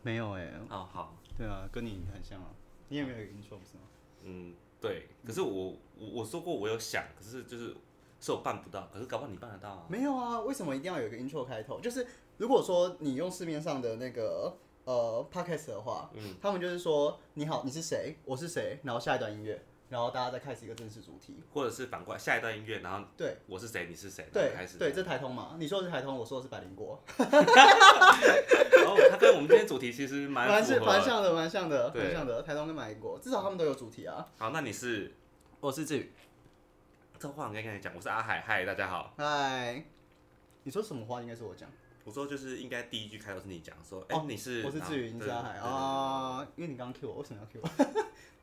没有哎、哦，好，对啊，跟你很像啊，你也没有 intro 不是吗？嗯，对。可是我我我说过我有想，可是就是是我办不到，可是搞不好你办得到啊。没有啊，为什么一定要有一个 intro 开头？就是如果说你用市面上的那个呃 podcast 的话，嗯，他们就是说你好，你是谁，我是谁，然后下一段音乐，然后大家再开始一个正式主题。或者是反过来下一段音乐，然后对我是谁，你是谁，然对后啊开始对，这台通嘛，你说的是台通，我说的是百灵果，然后哦它跟我们今天主题其实蛮蛮符是合蛮的像的，蛮像的，对蛮像的。台通跟百灵果，至少他们都有主题啊。好，那你是我是志宇，这话我应该跟你讲，我是阿海，嗨，大家好。嗨，你说什么话应该是我讲，我说就是应该第一句开头是你讲说，哎、哦你是我是志宇，你是阿海。啊，因为你刚刚 Q 我，为什么要 Q 我？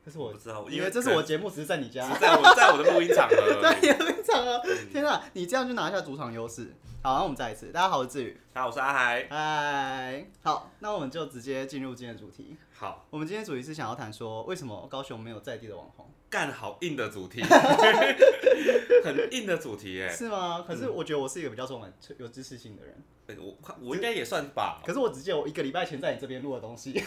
这对对对对对是我 不，知道，因因为为这是我节目，只是在你可家能。只在我在我的录音场合而 已。对，也非常啊！天啊，你这样就拿下主场优势。好，那我们再一次，大家好，我是志宇，大家好，我是阿海。嗨，好，那我们就直接进入今天的主题。好，我们今天的主题是想要谈说，为什么高雄没有在地的网红，干好硬的主 题，很硬的主题耶。是吗？可是我觉得我是一个比较充满有知识性的人，哎我我应该也算吧。可是我只记得我一个礼拜前在你这边录的东西，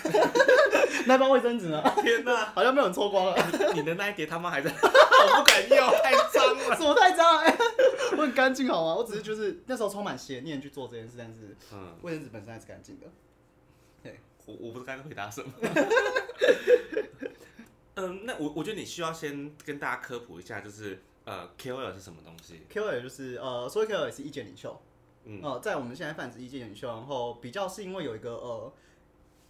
那包卫生纸呢？ 天哪，好像被我们抽光了， 你的那一叠他妈还在， 我不敢要，太脏了。什么太脏了？哎 我很干净好吗？我只是就是那时候充满邪念去做这件事，但是嗯，卫生纸本身还是干净的。我我不知道该回答 什么。嗯，那我我觉得你需要先跟大家科普一下，就是呃，KOL 是什么东西？ KOL 就是呃，所谓 KOL 也是意见领袖。嗯，呃，在我们现在泛指意见领袖，然后比较是因为有一个呃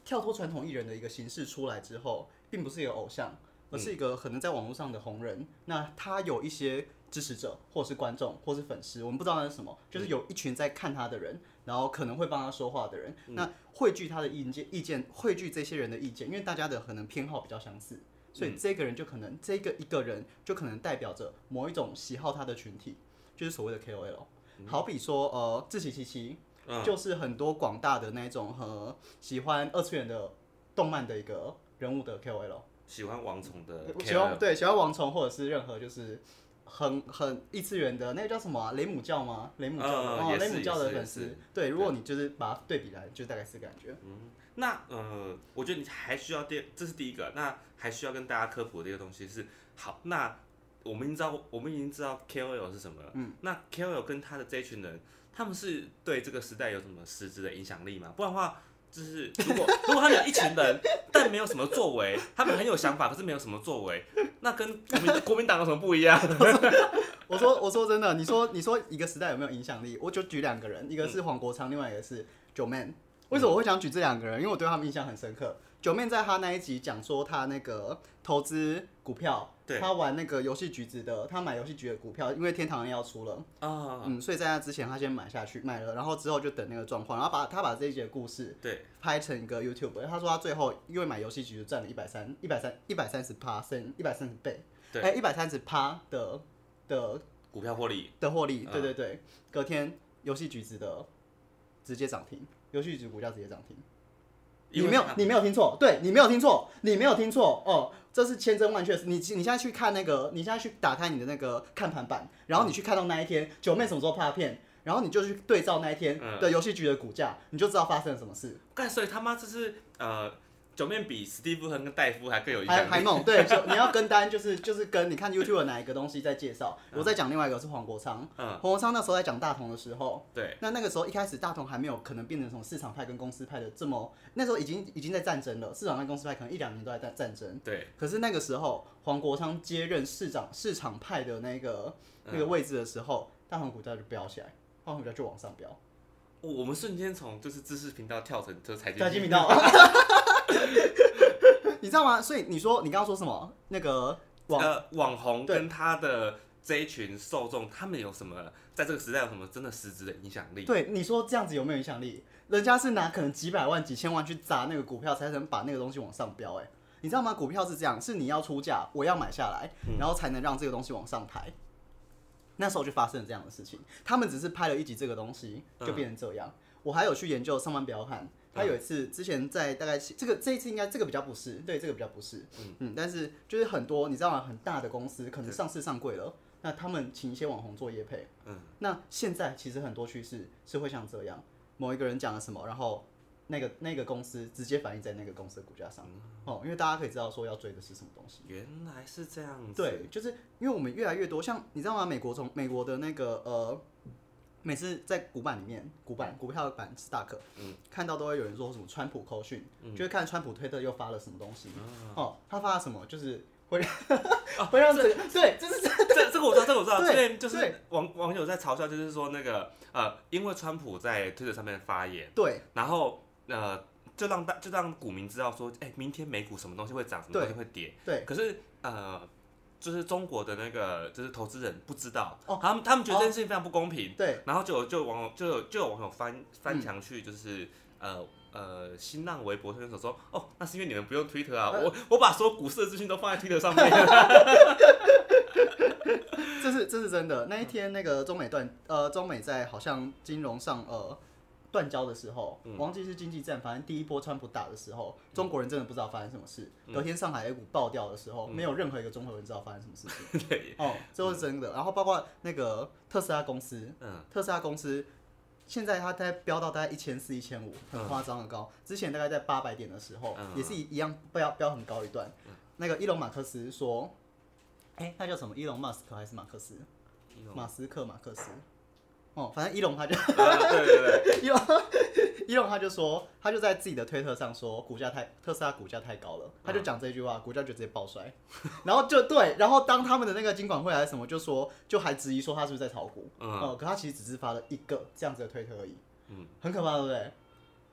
跳脱传统艺人的一个形式出来之后，并不是一个偶像，而是一个可能在网络上的红人。那他有一些支持者，或者是观众，或是粉丝，我们不知道那是什么，就是有一群在看他的人，然后可能会帮他说话的人，那汇聚他的意见，意见汇聚这些人的意见，因为大家的可能偏好比较相似。所以这个人就可能，这个一个人就可能代表着某一种喜好他的群体，就是所谓的 KOL。好嗯比说，呃，自喜七七，就是很多广大的那种和喜欢二次元的动漫的一个人物的 KOL，喜欢王虫的呃喜 KOL，欢对喜欢王虫或者是任何就是很很异次元的那个叫什么啊、雷姆教吗？雷姆教的、嗯哦也，是雷姆教的也是粉也丝是，对，如果你就是把它对比来，就大概是感觉。那呃，我觉得你还需要第，这是第一个。那还需要跟大家科普的一个东西是，好，那我们已经知道，我们已经知道 KOL 是什么了。嗯，那 KOL 跟他的这一群人，他们是对这个时代有什么实质的影响力吗？不然的话，就是如果如果他们有一群人，但没有什么作为，他们很有想法，可是没有什么作为，那跟国民国民党有什么不一样？ 我说我说真的，你说你说一个时代有没有影响力？我就举两个人，一个是嗯黄国昌，另外一个是九妹。为什么我会想举这两个人？因为我对他们印象很深刻。九妹在他那一集讲说他那个投资股票，对他玩那个游戏橘子的，他买游戏橘的股票，因为天堂要出了，啊，嗯，所以在那之前他先买下去，买了，然后之后就等那个状况，然后把他把这一集的故事对，拍成一个 YouTube，他说他最后因为买游戏橘子赚了一百三、一百三、一百三十趴，剩一百三十倍，对哎，一百三十趴的的股票获利，的获利，嗯对对对，隔天游戏橘子的直接涨停，游戏橘子股价直接涨停。你因为没有他，你没有听错，对你没有听错，你没有听错哦，这是千真万确。你你现在去看那个，你现在去打开你的那个看盘板，然嗯后你去看到那一天九妹什么时候发片，然后你就去对照那一天嗯的游戏局的股价，你就知道发生了什么事，干，所以他妈这是呃，九面比史蒂夫和跟戴夫还更有影响还力。还猛。对，就你要跟单，就是就是跟你看 YouTube 的哪一个东西在介绍，我在讲另外一个是黄国昌，嗯，黄国昌那时候在讲大同的时候，对，那那个时候一开始大同还没有可能变成什么市场派跟公司派的这么，那时候已经已经在战争了，市场派公司派可能一两年都在战战争。对，可是那个时候黄国昌接任市长市场派的那个那个位置的时候，大同股价就飙起来，大同股价就往上飙，我我们瞬间从就是知识频道跳成就是财经财经频，道， 你知道吗？所以你说你刚刚说什么？那个网呃，网红对跟他的这一群受众，他们有什么在这个时代有什么真的实质的影响力？对你说这样子有没有影响力？人家是拿可能几百万、几千万去砸那个股票，才能把那个东西往上飙。哎，你知道吗？股票是这样，是你要出价，我要买下来，然后才能让这个东西往上抬。那时候就发生了这样的事情，他们只是拍了一集这个东西，就变成这样。我还有去研究上万彪悍，他有一次之前在大概七这个这一次应该这个比较不是，对这个比较不是，嗯但是就是很多你知道吗？很大的公司可能上市上柜了，那他们请一些网红做业配，嗯，那现在其实很多趋势是会像这样，某一个人讲了什么，然后那个那个公司直接反映在那个公司的股价上，哦，因为大家可以知道说要追的是什么东西。原来是这样子。对，就是因为我们越来越多，像你知道吗？美国从美国的那个呃，每次在股板里面，股板股票板 stock，嗯，看到都会有人说什么川普扣讯，就会看川普推特又发了什么东西，哦，他发了什么，就是会让、 会让整个对，啊这是 这这个我知道，这个我知道。对之前就是对网网友在嘲笑，就是说那个呃，因为川普在推特上面发言，对然后呃，就让大就让股民知道说，哎、明天美股什么东西会涨，什么东西会跌。对可是呃，就是中国的那个就是投资人不知道，哦他们他们觉得这件事情非常不公平，对然后就有就有网友就有就有网友翻嗯翻墙去就是、呃。呃，新浪微博上面所说，哦，那是因为你们不用 Twitter 啊，呃我我把所有股市的资讯都放在 Twitter 上面， 这是这是真的。那一天那个中美断呃中美在好像金融上呃断交的时候，嗯忘记是经济战，反正第一波川普打的时候，中国人真的不知道发生什么事。嗯隔天上海 A 股爆掉的时候，没有任何一个中国人知道发生什么事情。对，哦，这是真的。然后包括那个特斯拉公司，嗯，特斯拉公司现在它在飙到大概一千四、一千五，很夸张的高。之前大概在八百点的时候，嗯也是一一样飙飙很高一段。那个伊隆马克斯说，哎、那叫什么？伊隆马斯克还是马克斯？马斯克，马克斯。哦，反正伊隆他就 啊 对对对，伊隆伊隆他就说，他就在自己的推特上说，股价太特斯拉股价太高了，他就讲这句话，股价就直接暴摔。然后就对，然后当他们的那个金管会还是什么，就说就还质疑说他是不是在炒股，嗯哦，可他其实只是发了一个这样子的推特而已，嗯，很可怕，对不对？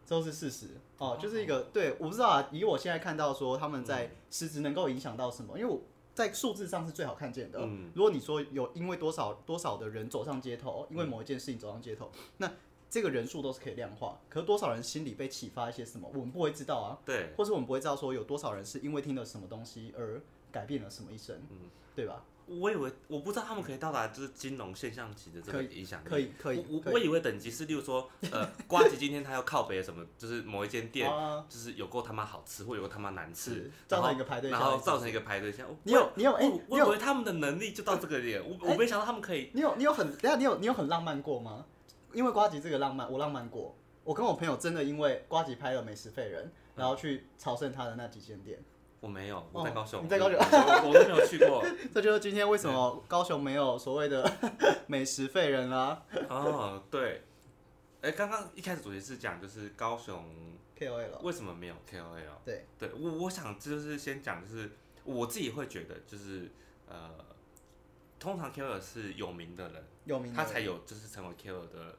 这都是事实哦，就是一嗯个对，我不知道啊。以我现在看到说他们在实质能够影响到什么，因为我在数字上是最好看见的。嗯如果你说有因为多少多少的人走上街头，嗯因为某一件事情走上街头，那这个人数都是可以量化。可是多少人心里被启发一些什么，我们不会知道啊，对，或是我们不会知道说有多少人是因为听了什么东西而改变了什么一生，嗯对吧？我以为我不知道他们可以到达就是金融现象级的这个影响力。可以可以我我可以我以为等级是，例如说，呃，瓜吉今天他要靠北什么，就是某一间店，啊，就是有够他妈好吃，或有够他妈难吃是，造成一个排队然效后应。造成一个排队现象。你有你有哎、我你哦我以有哎为他们的能力就到这个点，我我没想到他们可以。你有你有很等一下你有你有很浪漫过吗？因为瓜吉这个浪漫，我浪漫过。我跟我朋友真的因为瓜吉拍了《美食废人》，嗯然后去朝圣他的那几间店。 我没有，我在高雄，哦你在高雄我，我 我都没有去过。这就是今天为什么高雄没有所谓的 美食废人啦、哦，对，哎，刚刚一开始主题是讲就是高雄 KOL。为什么没有 KOL？对，对我我想这就是先讲，就是我自己会觉得，就是呃，通常 KOL 是有名的人，有名的他才有就是成为 KOL 的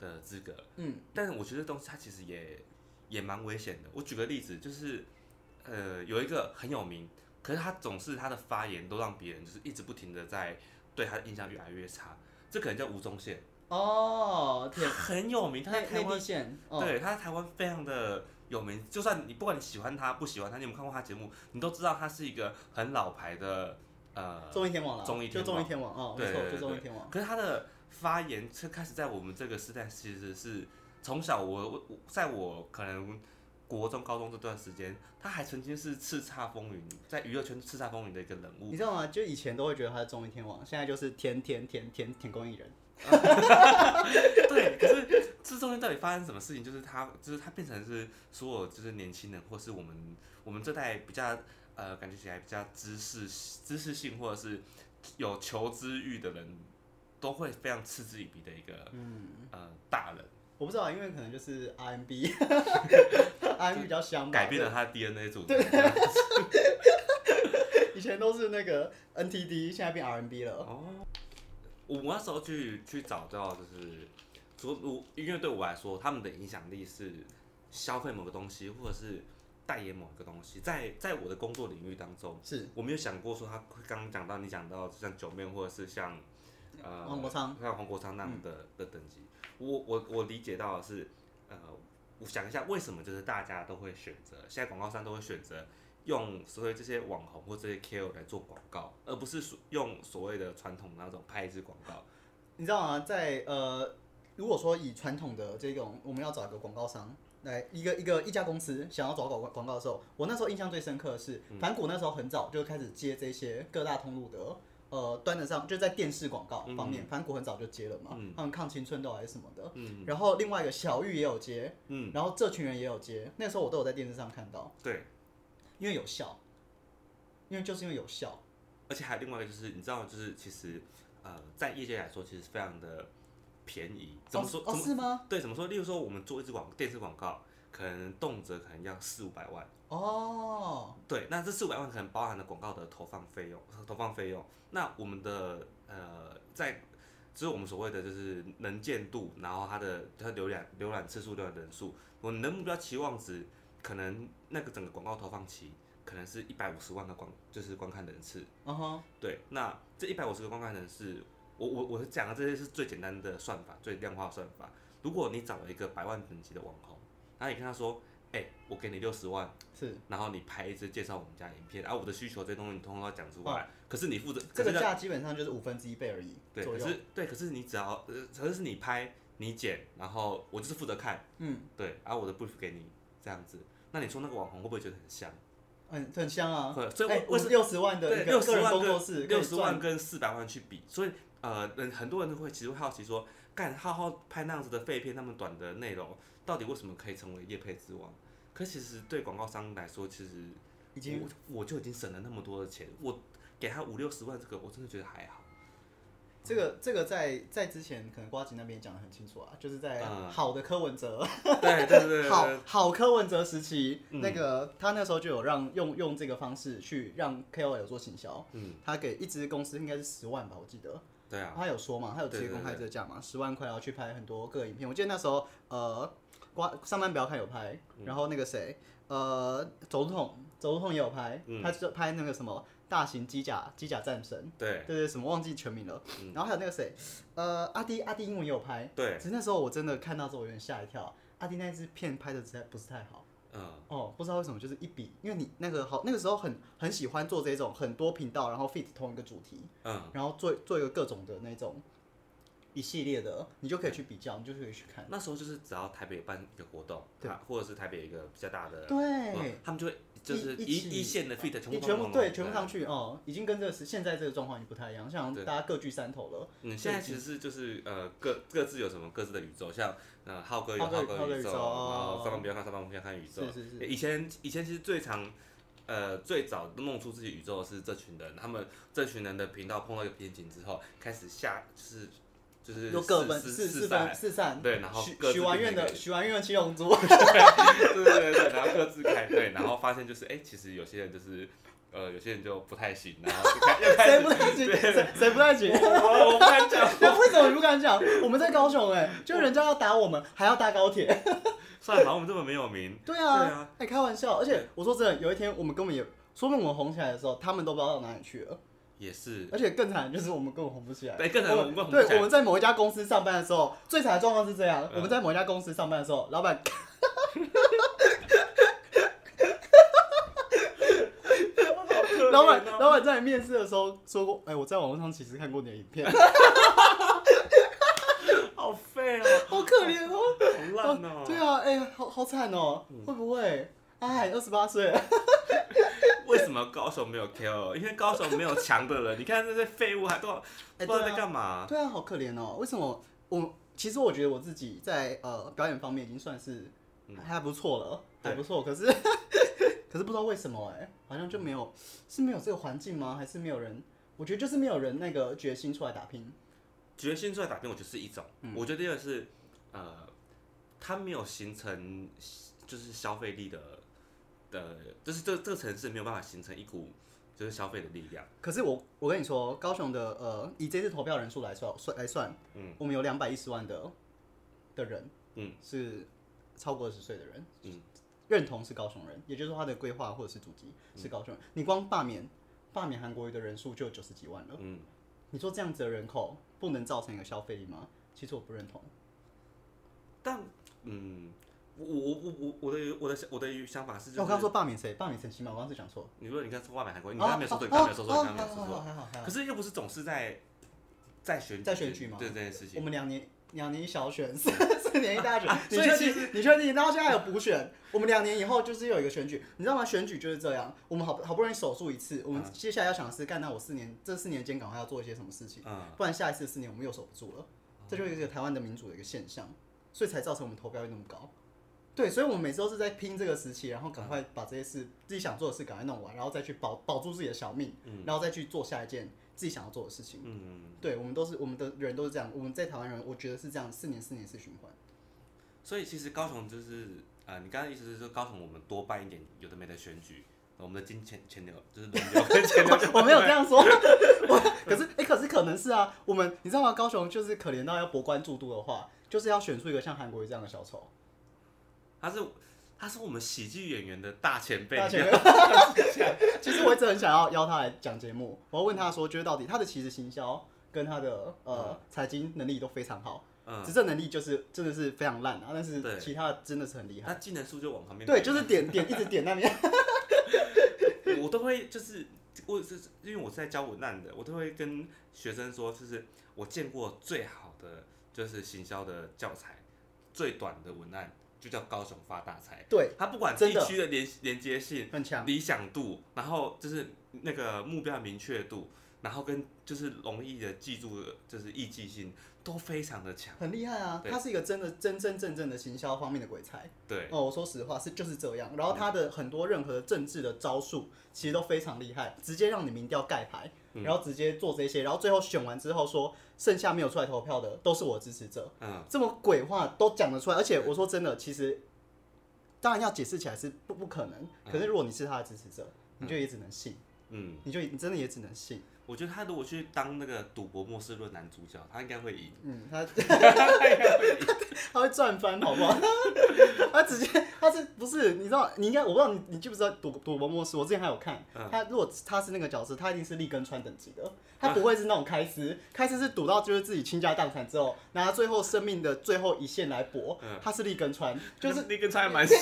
的资格。嗯，但是我觉得这东西它其实也也蛮危险的。我举个例子，就是呃，有一个很有名，可是他总是他的发言都让别人就是一直不停的在对他的印象越来越差。这可能叫吴宗宪，哦，他天，很有名，他在内台内湾地线，哦，对，他在台湾非常的有名，就算你不管你喜欢他不喜欢他，你有没有看过他节目，你都知道他是一个很老牌的呃，综艺天王啦，综艺天就王综艺天王哦，没对错，就对对综艺天王。可是他的发言却开始在我们这个时代其实是从小我我我在我可能国中高中这段时间，他还曾经是叱咤风云，在娱乐圈叱咤风云的一个人物 你。知道吗？就以前都会觉得他是综艺天王，现在就是天天天天天公益人。对，可是这中间到底发生什么事情？就是他，就是他变成是所有就是年轻人，或是我们我们这代比较呃，感觉起来比较知识知识性或者是有求知欲的人，都会非常嗤之以鼻的一个呃大人，我不知道，啊因为可能就是 RMB，RMB 比较香吧，改变了他的 DNA 组织。以前都是那个 NTD，现在变 RMB 哦了。我我那时候去去找到，就是除我音乐对我来说，他们的影响力是消费某个东西，或者是代言某个东西，在在我的工作领域当中。是，我没有想过说他会刚刚讲到你讲到像九妹或者是像呃黄国昌嗯像黄国昌那样的、的等级，我我我理解到的是呃，我想一下为什么就是大家都会选择现在广告商都会选择用所谓这些网红或这些 KOL 来做广告，而不是所用所谓的传统那种拍一支广告。你知道吗？在呃，如果说以传统的这种，我们要找一个广告商来一个一个一家公司想要找广广嗯告的时候，我那时候印象最深刻的是，反骨那时候很早就开始接这些各大通路的呃端得上，就在电视广告嗯方面，反正国很早就接了嘛，嗯他们抗青春痘还是什么的。嗯然后另外一个小玉也有接，嗯，然后这群人也有接，那时候我都有在电视上看到，对，因为有效，因为就是因为有效，而且还有另外一个就是，你知道，就是其实呃，在业界来说，其实非常的便宜。怎么说？哦怎哦么是吗？对？怎么说？例如说，我们做一支广电视广告，可能动辄可能要四五百万。哦，对，那这四五百万可能包含了广告的投放费用，投放费用。那我们的呃，在就是我们所谓的就是能见度，然后它的它的浏览浏览次数、浏览人数，我们的目标期望值，可能那个整个广告投放期可能是一百五十万的观就是观看人次。嗯哼，对，那这一百五十个观看人士，我我我讲的这些是最简单的算法，最量化的算法。如果你找了一个百万等级的网红，然后你跟他说，哎、我给你六十万，是然后你拍一支介绍我们家的影片，啊，我的需求这些东西你通通要讲出来。可是你负责这个可是要价基本上就是五分之一倍而已对，左可右。是对，可是你只要呃，可是你拍你剪，然后我就是负责看，嗯对，啊，我的 brief 给你这样子。那你说那个网红会不会觉得很香？嗯，很香啊。会所以哎，为我为什是六十万的对，一个六十个人万工跟作室，六十万可以赚跟四百万去比，所以呃，人很多人会其实会好奇说，干浩浩拍那样子的废片那么短的内容，到底为什么可以成为业配之王？可其实对广告商来说，其实已经我我就已经省了那么多的钱，我给他五六十万这个，我真的觉得 还好。这个这个在在之前可能瓜吉那边也讲的很清楚啊，就是在嗯好的柯文哲，对对对对对，好好柯文哲时期，嗯那个他那时候就有让用用这个方式去让 KOL 做行销，嗯，他给一支公司应该是十万吧，我记得。对啊，他有说嘛，他有直接对对公开这个价嘛，十万块，然后去拍很多个影片。我记得那时候，呃，瓜上班不要看有拍，嗯然后那个谁，呃，总统总统也有拍，嗯他就拍那个什么大型机甲机甲战神，对嗯对对，什么忘记全名了。然后还有那个谁，呃，阿迪阿迪英文也有拍，对，只是那时候我真的看到之后我有点吓一跳，阿迪那支片拍的实在不是太好。嗯，哦，不知道为什么就是一比，因为你那个好那个时候很很喜欢做这种很多频道，然后 fit 同一个主题，嗯，然后做做一个各种的那种一系列的，你就可以去比较，你就可以去看。那时候就是只要台北办一个活动，对啊，或者是台北一个比较大的，对，他们就会就是一一起一一线的 fit 全部你都全部弄对了全部上去哦，已经跟这个是现在这个状况已经不太一样，像对大家各据山头了。嗯，现在其实是就是呃各各自有什么各自的宇宙，像呃浩哥有浩哥有浩哥哥宇宇宙，宙哦然后上班不要看上班不要看宇宙。是是是以前以前其实最常呃最早弄出自己宇宙的是这群人，他们这群人的频道碰到一个瓶颈之后，开始下就是就是又各分四四四四散分四散，对然后许各自许完变愿成一的个许完愿的七龙珠， 对对对对，然后各自开对，然后发现就是哎、其实有些人就是呃，有些人就不太行，然后就开又开谁始哦不太行，谁谁不太行。我我不敢讲， 为什么你不敢讲？我们在高雄哎、就人家要打我们，还要搭高铁。 算了，好像我们这么没有名，对啊，对哎、啊开玩笑，而且我说真的，有一天我们根本也，说不定我们红起来的时候，他们都不知道到哪里去了。也是而且更惨的就是我们根本红不起来。对更惨的我我们根本红不起来对，我们在某一家公司上班的时候，最惨的状况是这样：嗯我们在某一家公司上班的时候，老板，老板，老板在你面试的时候说过，哎、我在网络上其实看过你的影片， 好废哦，嗯好可怜哦。好烂哦哦，对啊，哎、好好惨哦，会不会？哎，二十八岁，为什么高手没有 KO？因为高手没有强的人，你看这些废物还都不哎知道对啊在干嘛，对啊，好可怜哦。为什么我？其实我觉得我自己在呃表演方面已经算是嗯还不错了，对还不错。可是 可是不知道为什么哎、好像就没嗯有是没有这个环境吗？还是没有人？我觉得就是没有人那个决心出来打拼。决心出来打拼，我觉得是一种，我觉得第二个是呃，他没有形成就是消费力的的，就是这这个城市没有办法形成一股就是消费的力量。可是我我跟你说，高雄的呃以这次投票人数来算算来算，嗯我们有两百一十万的的人嗯是超过二十岁的人，嗯，认同是高雄人，也就是说他的规划或者是祖籍嗯是高雄人。你光罢免罢免韩国瑜的人数就九十几万了，嗯，你说这样子的人口不能造成一个消费力吗？其实我不认同。但嗯，我我我我我的我的我的想法是、就哦是，那我刚刚说罢免谁？罢免陈其迈，我刚刚是讲错。你说你刚才说外面韩国，你哦刚刚没有说对，哦你刚刚没有说错，哦你刚刚没有说哦错。还好还好还好可是又不是总是在在选在选举吗对这件事我 情，啊们两年两年一小选，这年纪大家选，你所以确其定？你确定？然后现在还有补选，我们两年以后就是有一个选举，你知道吗？选举就是这样，我们好好不容易守住一次，我们嗯接下来要想的是，干到我四年这四年间赶快要做一些什么事情，嗯，不然下一次四年我们又守不住了。这就是一个台湾的民主的一个现象，所以才造成我们投票率那么高。对，所以我们每次都是在拼这个时期，然后赶快嗯把这些事自己想做的事赶快弄完，然后再去保保住自己的小命，然后再去做下一件自己想要做的事情。嗯，对，我们都是我们的人都是这样，我们在台湾人，我觉得是这样，四年四年是循环。，所以其实高雄就是呃，你刚刚意思是说高雄我们多办一点有的没的选举，我们的金钱钱流就是轮流跟钱流 我没有这样说， 我可是哎、可是可能是啊，我们你知道吗？高雄就是可怜到要博关注度的话，就是要选出一个像韩国瑜这样的小丑。他是他是我们喜剧演员的大前辈，大前辈 其实我一直很想要邀他来讲节目，我要问他说，就是到底他的其实行销跟他的呃财经能力都非常好，嗯，执政能力就是真的是非常烂啊，但是对其他的真的是很厉害。他技能树就往旁边对，摆就是点点一直点那边。 我都会就是我就是因为我是在教文案的，我都会跟学生说，就是我见过最好的就是行销的教材，最短的文案就叫高雄发大财。对，它不管真地的区的连连接性、很强。理想度，然后就是那个目标明确度，然后跟就是容易的记住的，就是易记性都非常的强。很厉害啊！对他是一个真的真真正正的行销方面的鬼才对，哦。我说实话是就是这样，然后他的很多任何政治的招数其实都非常厉害，直接让你民调盖牌，然后直接做这些，然后最后选完之后说剩下没有出来投票的都是我支持者，嗯，这么鬼话都讲得出来。而且我说真的，其实当然要解释起来是不不可能，可是如果你是他的支持者，你就也只能信，嗯，你就你真的也只能信。我觉得他如果去当那个赌博末世论男主角，他应该会赢。 嗯，他他会转翻，好不好？ 他直接他是不是你知道？你应该我不知道你你记不知道赌赌博模式？我之前还有看，他如果他是那个角色，他一定是立根川等级的，他不会是那种开司，开司是赌到就是自己倾家荡产之后，拿最后生命的最后一线来搏，他是立根川，就是是那跟他还蛮像。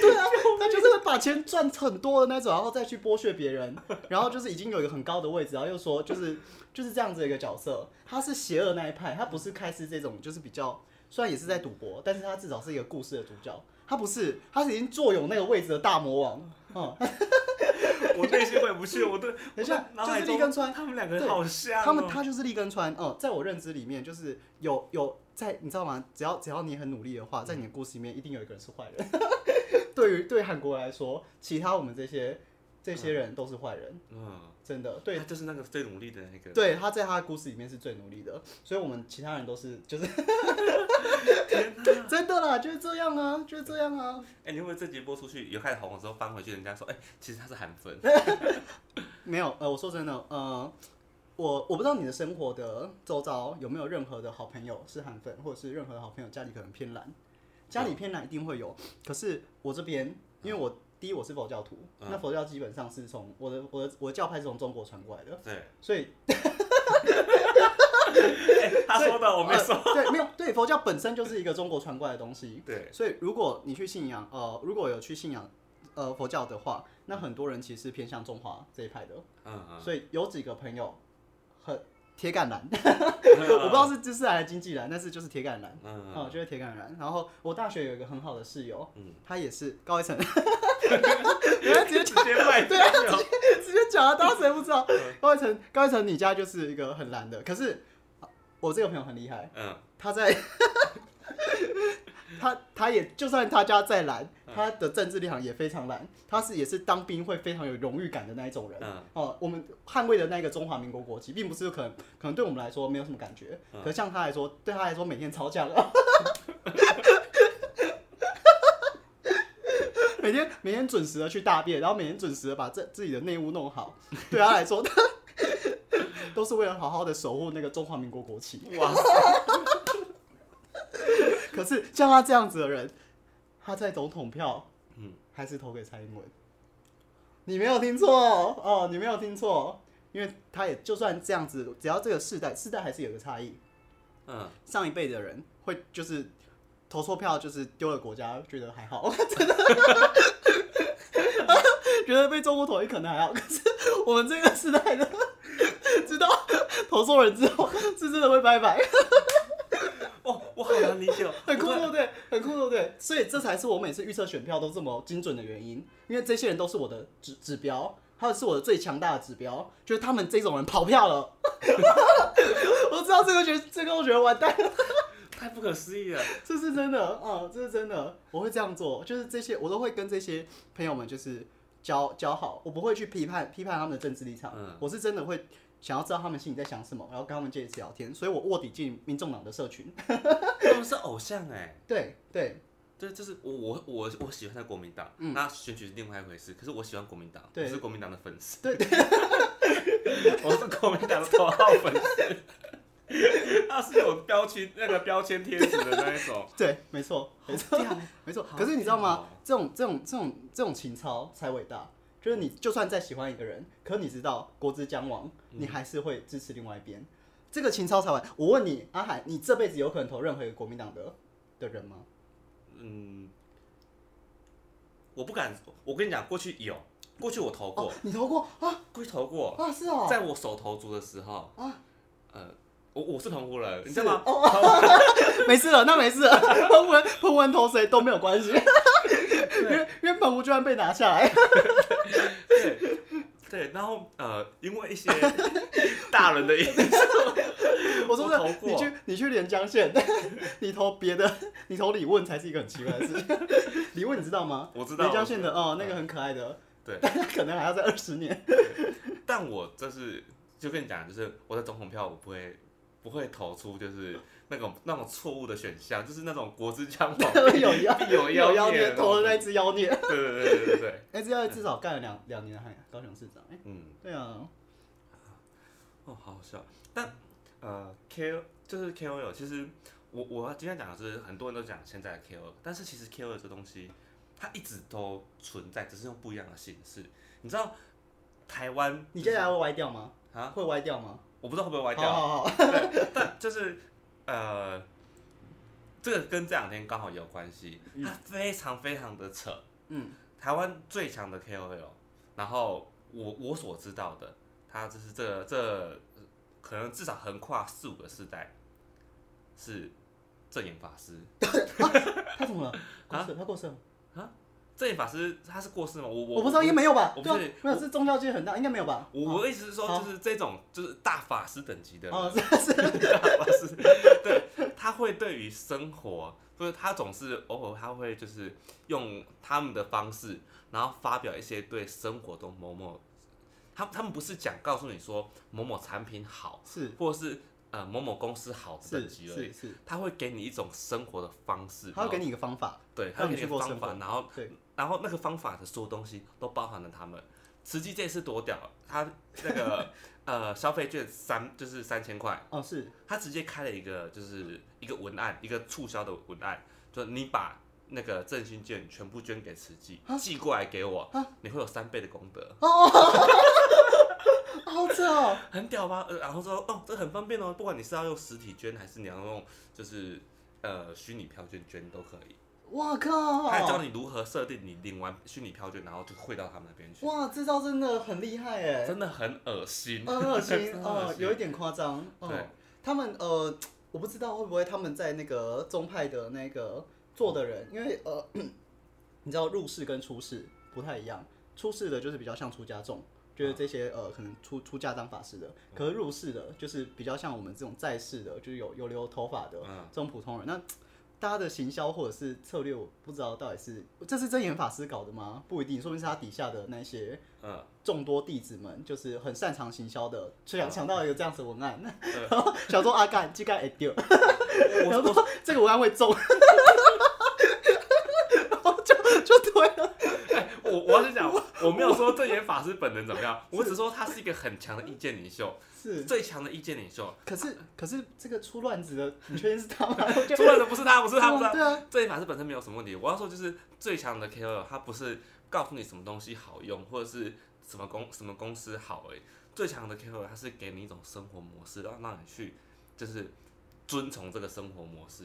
对啊，他就是会把钱赚很多的那种，然后再去剥削别人，然后就是已经有一个很高的位置，然后又说就是就是这样子的一个角色，他是邪恶那一派，他不是开始这种就是比较虽然也是在赌博，但是他至少是一个故事的主角，他不是他是已经坐有那个位置的大魔王，嗯，我内心回不去，我都等一下我脑就海是中立根川他们两个人好像、哦，他们他就是立根川，哦、在我认知里面就是有有在你知道吗？只要只要你很努力的话，在你的故事里面一定有一个人是坏人。 对于对韩国来说，其他我们这些这些人都是坏人，嗯，真的。对他就是那个最努力的那个，对，他在他的故事里面是最努力的，所以我们其他人都是就是天哪！ 真的啦，就是这样啊，就是这样啊。哎、你会不会这集播出去以后开始红的时候翻回去，人家说，哎、其实他是韩粉，哎没有，呃，我说真的，呃，我我不知道你的生活的周遭有没有任何的好朋友是韩粉，或者是任何的好朋友家里可能偏蓝，家里偏蓝一定会有。可是我这边，因为我第一我是佛教徒，嗯那佛教基本上是从我的我的我的教派是从中国传过来的，对，所以哎他说的我没说，呃对，没有对，佛教本身就是一个中国传过来的东西，对，所以如果你去信仰，呃，如果有去信仰，呃，佛教的话，那很多人其实偏向中华这一派的，嗯嗯，所以有几个朋友很铁杆蓝。我不嗯知道是知识还是经济栏，但是就是铁杆栏，嗯哦，就是铁杆栏。然后我大学有一个很好的室友，嗯，他也是高一层， 原来直接直接卖掉， 直接讲啊了，大家谁不知道？高一层，高一层，你家就是一个很蓝的。可是啊我这个朋友很厉害，嗯，他在 他他也就算他家再蓝，嗯他的政治立场也非常蓝，他是也是当兵会非常有荣誉感的那一种人。嗯哦，我们捍卫的那个中华民国国旗，并不是可能可能对我们来说没有什么感觉，嗯可像他来说，对他来说每天吵 架，每天每天准时的去大便，然后每天准时的把这自己的内务弄好，对他来说， 他都是为了好好的守护那个中华民国国旗。哇， 可是像他这样子的人，他在总统票，嗯还是投给蔡英文。你没有听错哦，你没有听错，因为他也就算这样子，只要这个世代，世代还是有个差异。嗯，上一辈的人会就是投错票，就是丢了国家，觉得还好，真的，觉得被中国统一可能还好。 可是我们这个时代的， 知道投错人之后，是真的会拜拜。哦，我好我能理解， 很酷，啊对不对？很酷，对不对？所以这才是我每次预测选票都这么精准的原因，因为这些人都是我的指指标，他们是我的最强大的指标，就是他们这种人跑票了。 我知道这个学，这个我觉得完蛋了，太不可思议了。这是真的啊，这是真的，我会这样做，就是这些我都会跟这些朋友们就是交交好，我不会去批判批判他们的政治立场，嗯我是真的会。想要知道他们心里在想什么，然后跟他们借一次聊天，所以我卧底进民众党的社群。他们是偶像哎、对对，对，就是我我我我喜欢在国民党，那选举是另外一回事。可是我喜欢国民党，我嗯对是国民党的粉丝，对， 我是国民党的头号粉丝，他是有标签那个标签贴纸的那一种，对，没错，没错，没错。可是你知道好吗屌哦？这种这种这种这种情操才伟大。就是你就算再喜欢一个人，可你知道国之将亡，嗯你还是会支持另外一边。这个情操才伟。我问你，阿海，你这辈子有可能投任何一个国民党的的人吗？嗯，我不敢，我跟你讲，过去有，过去我投过，哦，你投过啊过去投过，啊，是哦，在我手投足的时候，啊呃，我我是澎湖人，你是知哦道吗？ 没事了，那没事了， 彭文彭文投谁都没有关系， 因为因为澎湖居然被拿下来，对，对，然后呃，因为一些 大人的因 我说真我的投，过你去你去连江县， 你投别的，你投李问才是一个很奇怪的事情。 李问你知道吗？我知道连江我知县的道嗯哦，那个很可爱的，对但他 可能还要再二十年。 但我这是就跟你讲，就是我的总统票我不会不会投出就是那种那种错误的选项，就是那种国之将亡有妖必 哦 有有妖孽哦孽，投了那只妖 孽，对对对对对对，哎，这妖孽至少干了两两年，还高雄市长。哎，嗯，对啊，哦，好好笑。但呃，K 就是 KOL，其实我我今天讲的是很多人都讲现在的 KOL，但是其实 KOL 这东西它一直都存在，只是用不一样的形式。你知道台湾、你接下来会歪掉吗？啊，会歪掉吗？我不知道会不会歪掉。啊好好好，但就是呃，这个跟这两天刚好也有关系，它非常非常的扯。嗯，台湾最强的 KOL，然后我我所知道的，他就是这这可能至少横跨四五个世代，是正言法师。他怎么了？过啊世了，他过世了，正言法师他是过世吗？我我我不知道，应该没有吧？我不对啊是，没有，是宗教界很大，应该没有吧？我哦我的意思是说，好就是这种就是大法师等级的人哦， 是是，大法师， 对，他会对于生活，不是他总是偶尔他会就是用他们的方式，然后发表一些对生活中某某，他他们不是讲告诉你说某某产品好，是或者是呃某某公司好的等是级而是已，是，他会给你一种生活的方式，他要给你你一个方法，对，他让会你去给你个过方生活法，然后对。然后那个方法的所有东西都包含了他们。慈济这次多屌，他那个 呃消费券三就是三千块。哦，是他直接开了一个就是一个文案，一个促销的文案，就是你把那个振兴券全部捐给慈济，寄过来给我，你会有三倍的功德，哦好扯哦，很屌吧？呃，然后说哦，这很方便哦，不管你是要用实体捐还是你要用就是呃虚拟票券捐都可以。哇靠！他还教你如何设定你领完虚拟票券，然后就汇到他们那边去，哇，这招真的很厉害哎，真的很恶心，很恶 真心的很恶哦，心有一点夸张哦对。他们呃，我不知道会不会他们在那个宗派的那个做的人，因为呃， 你知道入世跟出世不太一样，出世的就是比较像出家众。啊就是这些呃，可能出出家当法师嗯的，可是入世的，就是比较像我们这种在世的，就是有有留头发的嗯这种普通人。那大家的行销或者是策略，我不知道到底是这是真言法师搞的吗？不一定，说明是他底下的那些 嗯，众多弟子们就是很擅长行销的，就想嗯想到一个这样子的文案，然后想说阿干这个会丢，然后说这个文案会中，然后就就对了，我我要是 讲，我没有说正言法师本人怎么样，我只说他是一个很强的意见领袖，是。最强的意见领袖。可是可是这个出乱子的，你确定是他吗？我就出来的不是他，不是他，不是对啊 他。正言法师本身没有什么问题。我要说就是最强的 KOL，他不是告诉你什么东西好用，或者是什么公什么公司好哎、最强的 KOL 他是给你一种生活模式，让让你去就是遵从这个生活模式，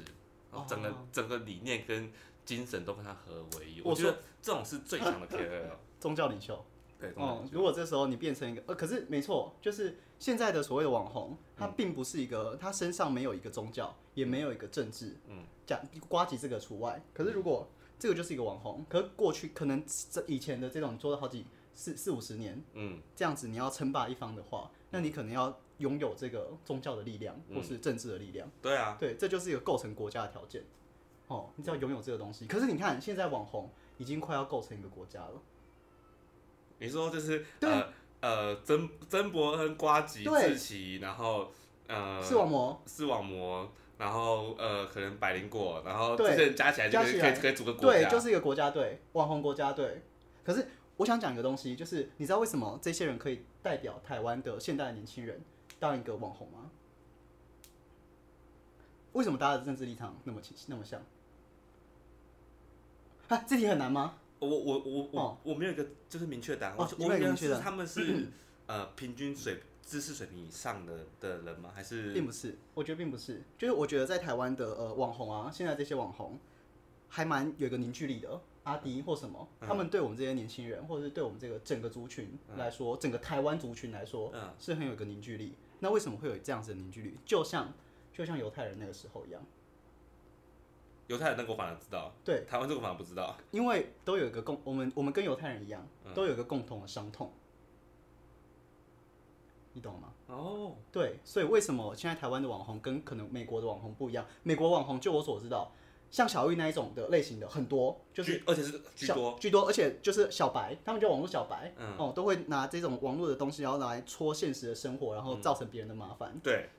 然后整个、哦整个理念跟精神都跟他合而为一。我 我觉得这种是最强的 KOL。宗教领袖，对，这种哦感，觉如果这时候你变成一个呃，可是没错，就是现在的所谓的网红，他嗯并不是一个，他身上没有一个宗教，也没有一个政治，嗯，讲瓜吉这个除外。可是如果这个就是一个网红，可是过去可能这以前的这种你做了好几四四五十年，嗯，这样子你要称霸一方的话，那你可能要拥有这个宗教的力量嗯或是政治的力量，对啊，对，这就是一个构成国家的条件。哦，你只要拥有这个东西。可是你看，现在网红已经快要构成一个国家了。你说就是对呃呃，曾曾伯恩、瓜吉、对志奇，然后呃，视网膜视网膜，然后呃，可能百灵果，然后对这些人加起来就加可以起可以来可以组个国对，家，就是一个国家队，网红国家队。可是我想讲一个东西，就是你知道为什么这些人可以代表台湾的现代的年轻人当一个网红吗？为什么大家的政治立场那么清那么像？啊，这题很难吗？我我我我哦我没有一个就是明确答案，哦我你没我有一个应该明确是答案他 们是呃平均水知识水平以上的的人吗？还是并不是，我觉得并不是，就是我觉得在台湾的呃网红啊，现在这些网红还蛮有一个凝聚力的。阿迪或什么，嗯他们对我们这些年轻人，或者是对我们这个整个族群来说，整个台湾族群来说，嗯是很有一个凝聚力。那为什么会有这样子的凝聚力？就像就像犹太人那个时候一样，犹太人那个我反而知道，对，台湾这个我反而不知道，因为都有一个共，我们我们跟犹太人一样，嗯都有一个共同的伤痛，你懂吗？哦，对，所以为什么现在台湾的网红跟可能美国的网红不一样？美国网红，就我所知道，像小玉那一种的类型的很多，就是居而且是居小多，居多，而且就是小白，他们叫网络小白，嗯哦，都会拿这种网络的东西，然后拿来戳现实的生活，然后嗯造成别人的麻烦。对，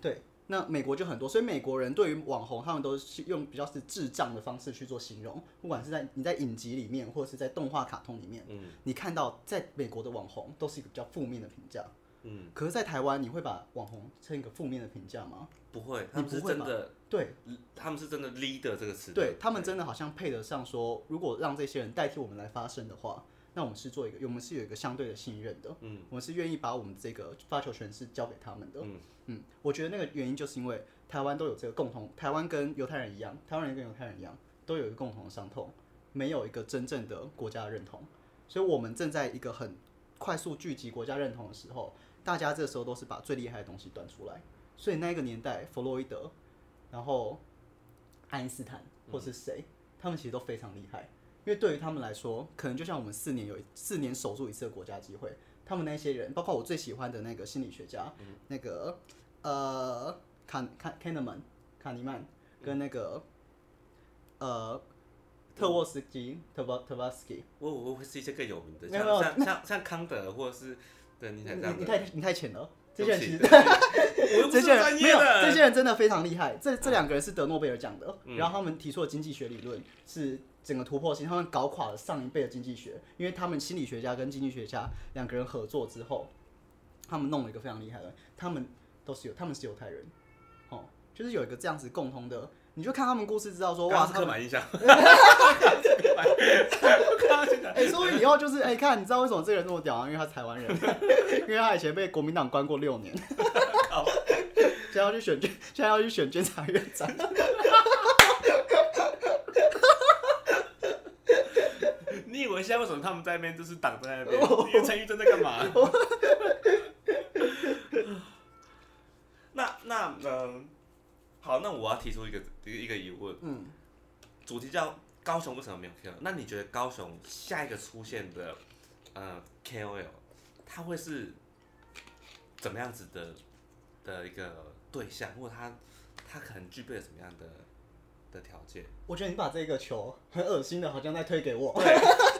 对，那美国就很多，所以美国人对于网红，他们都是用比较是智障的方式去做形容，不管是在你在影集里面，或者是在动画卡通里面，嗯你看到在美国的网红都是一个比较负面的评价。嗯，可是，在台湾，你会把网红称一个负面的评价吗？不会，他你们是不会真吗的，对，他们是真的 leader 这个词的，对他们真的好像配得上说，如果让这些人代替我们来发声的话，那我们是做一个，我们是有一个相对的信任的，嗯，我们是愿意把我们这个发球权是交给他们的，嗯嗯，我觉得那个原因就是因为台湾都有这个共同，台湾跟犹太人一样，台湾人跟犹太人一样，都有一个共同的伤痛，没有一个真正的国家认同，所以我们正在一个很快速聚集国家认同的时候，大家这时候都是把最厉害的东西端出来，所以那个年代，弗洛伊德，然后爱因斯坦嗯或是谁，他们其实都非常厉害，因为对于他们来说，可能就像我们四年有一四年守住一次的国家机会，他们那些人，包括我最喜欢的那个心理学家，那个呃卡卡 Kahneman 卡尼曼跟那个、呃特沃斯基特沃特沃斯基，我我会是一些更有名的，没有像没有像像像康德或者是对你你想这样你的，太你太浅了，这些人其实对不起我又不这是些专人没业有，的，这些人真的非常厉害。这这两个人是得诺贝尔奖的，嗯然后他们提出的经济学理论是整个突破性，他们搞垮了上一辈的经济学，因为他们心理学家跟经济学家两个人合作之后，他们弄了一个非常厉害的，他们都是有，他们是犹太人，哦，就是有一个这样子共通的，你就看他们故事知道说，刚哇，刚他是们刻板印 象，刻板我刚刚就讲哎、所以以后就是哎、看你知道为什么这个人这么屌吗？因为他是台湾人，因为他以前被国民党关过六 年，现在要去选监，现在要去选监察院长。 你以为现在为什么他们在那边就是挡在那边？ 因为陈玉珍在干嘛？ 那那嗯、好，那我要提出一个一个疑问，嗯，主题叫高雄为什么没有 KOL？那你觉得高雄下一个出现的呃 KOL，他会是怎么样子的的一个对象，或者他他可能具备了什么样的的条件？我觉得你把这个球很恶心的，好像在推给我。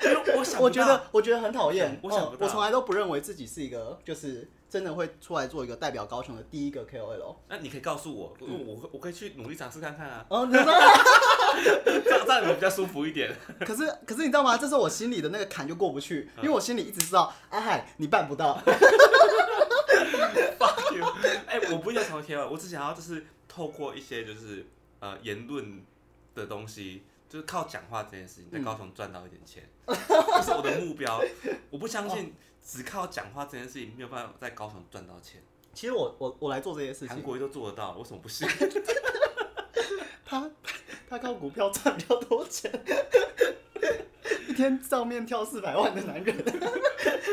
因为我想不我觉到得我觉得很讨厌，我想哦不到我从来都不认为自己是一个就是真的会出来做一个代表高雄的第一个 KOL。那你可以告诉我，我嗯我会我可以去努力尝试看看啊， 哦，你知道，这样这样我比较舒服一点。 可是可是你知道吗？这是我心里的那个坎就过不去，因为我心里一直知道，阿海你办不到。 Fuck you！哎、我不要成为 KOL，我只想要就是透过一些就是呃言论的东西，就是靠讲话这件事情，嗯在高雄赚到一点钱，这是我的目标。我不相哦信只靠讲话这件事情没有办法在高雄赚到钱，其实我我我来做这些事韩情，国瑜都做得到，为什么 不行？他他靠股票赚比较多钱。一天照面跳四百万的男人，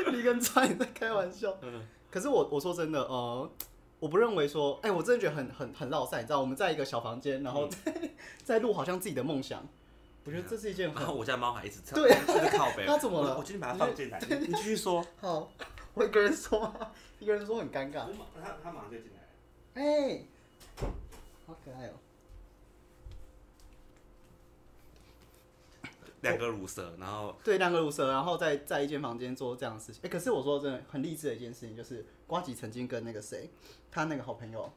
你跟川也在开玩笑。可是我我说真的，呃，我不认为说，哎、我真的觉得很很很落塞，你知道，我们在一个小房间，然后在、 在录好像自己的梦想，我觉得这是一件然很后我家猫还一直嗯对一直靠背。它怎么了我我决定把它放进来，你你继续说。好。我一个人说 吗，一个人说很尴尬。我马它它马上就进来了。哎、好可爱哦、两个乳蛇，然后对，两个乳蛇，然后在在一间房间做这样的事情。哎、可是我说真的，很励志的一件事情，就是瓜吉曾经跟那个谁，他那个好朋友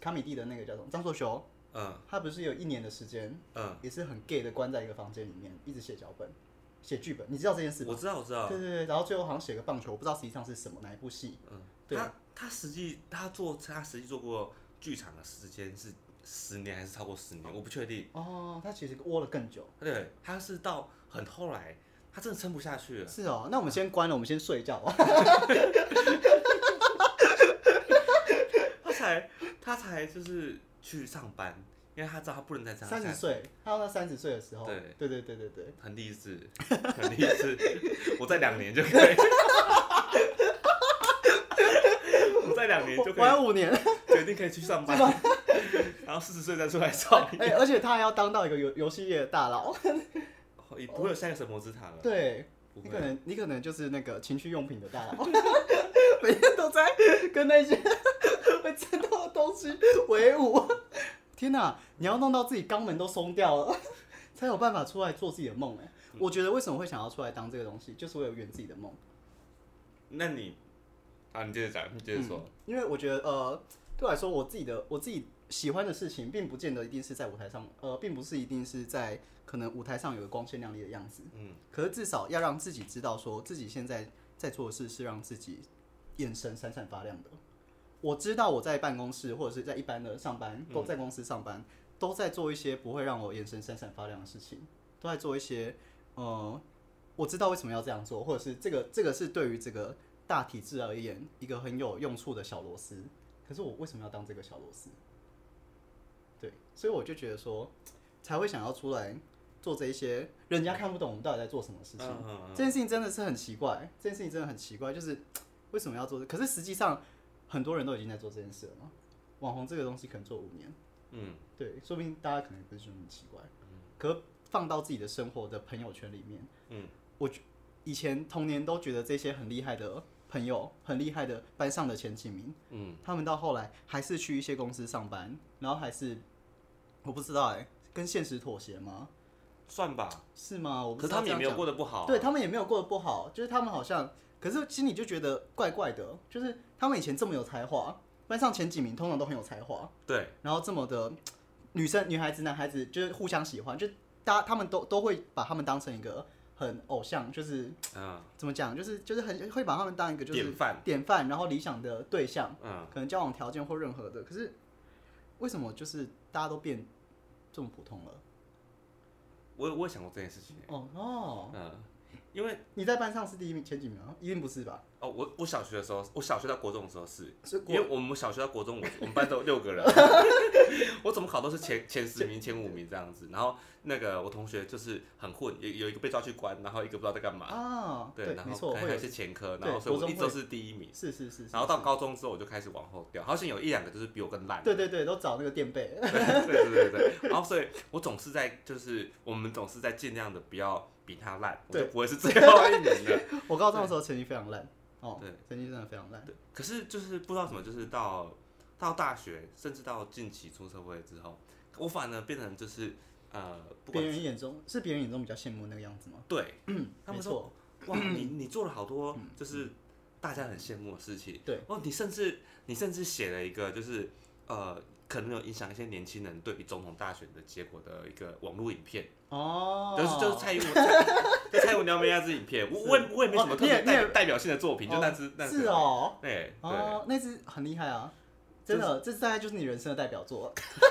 卡米蒂的那个叫什么张硕雄，嗯他不是有一年的时间，嗯，也是很 gay 的关在一个房间里面，一直写脚本、写剧本。你知道这件事吗？我知道我知道对。对对，然后最后好像写个棒球，我不知道实际上是什么哪一部戏。嗯，对啊他他实际他做他实际做过剧场的时间是十年还是超过十年，我不确定。哦，他其实窝了更久。对，他是到很后来，他真的撑不下去了。是哦，那我们先关了，我们先睡 觉。他才他才就是去上班，因为他知道他不能再这样三十下去，岁，他要到三十岁的时候。对对对对对对。很励志，很励 志。我在两年就可以，我在两年就我还可有五年。以决定可以去上班，然后四十岁再出来创业。哎、而且他还要当到一个游游戏业的大佬，哦也不会有下一个神魔之塔了，对不你会可。能你可能就是那个情趣用品的大 佬，每天都在跟那些 会震动的东西为伍。天哪、你要弄到自己肛门都松掉了，才有办法出来做自己的梦。哎，嗯我觉得为什么会想要出来当这个东西，就是为了圆自己的梦。那你啊，你接着讲，你接着说。嗯因为我觉得呃，对我来说，我自己的我自己喜欢的事情，并不见得一定是在舞台上，呃，并不是一定是在可能舞台上有个光鲜亮丽的样子，嗯，可是至少要让自己知道说自己现在在做的事是让自己眼神闪闪发亮的。我知道我在办公室或者是在一般的上班，都在公司上班，都在做一些不会让我眼神闪闪发亮的事情，都在做一些，呃，我知道为什么要这样做，或者是这个这个是对于这个大体制而言一个很有用处的小螺丝。可是我为什么要当这个小螺丝？对，所以我就觉得说，才会想要出来做这一些人家看不懂我们到底在做什么事情。嗯嗯嗯这件事情真的是很奇怪，这件事情真的很奇怪，就是为什么要做这？可是实际上很多人都已经在做这件事了嘛。网红这个东西可能做五年，嗯，对，说不定大家可能也不是说很奇怪，可放到自己的生活的朋友圈里面，嗯，我觉以前童年都觉得这些很厉害的朋友，很厉害的班上的前几名，嗯，他们到后来还是去一些公司上班，然后还是我不知道哎、跟现实妥协吗？算吧。是吗？啊我不啊可是知道他们也这样没有过得不好。啊对他们也没有过得不好，就是他们好像，可是心里就觉得怪怪的，就是他们以前这么有才华，班上前几名通常都很有才华，对，然后这么的女生、女孩子、男孩子就是互相喜欢，就大家他们都都会把他们当成一个很偶像，就是嗯怎么讲，就是就是很会把他们当一个就是哦典范典范，然后理想的对象。嗯，可能交往条件或任何的，可是为什么就是大家都变这么普通了？我有我也想过这件事情。哦哦，嗯，因为你在班上是第一名前几名啊？一定不是吧？哦，我我小学的时候，我小学到国中的时候是，是因为我们小学到国中，我我们班都有六 个人，我怎么考都是前前十名、前五名这样子。然后那个我同学就是很混，有有一个被抓去关，然后一个不知道在干嘛。啊，对，然没后错，还会有一有些前科，对然后所以国中我一直会都是第一名。是是是，然后到是高中之后，我就开始往后掉，好像有一两个就是比我更烂。对对对，都找那个垫背， 对对对对，然后所以，我总是在就是我们总是在尽量的不要比他烂，我就对不会是最后一名的。 我高中的时候成绩非常烂，哦，对，成绩真的非常烂，对，可是就是不知道什么，就是到到大学，甚至到近期出社会之后，我反而变成就是呃，不别管人眼中是别人眼中比较羡慕那个样子吗？对，他没们错嗯说，哇，你你做了好多就是大家很羡慕的事情，对，哦，你甚至你甚至写了一个就是呃，可能有影响一些年轻人对于总统大选的结果的一个网络影片。哦，就是就是蔡英文， 就蔡英文撩妹那支影片，我我也我也没什么特哦你别也你也代代表性的作品，就那支那支是，哦，对对，哦，那只很厉害啊。真的，这大概就是你人生的代表作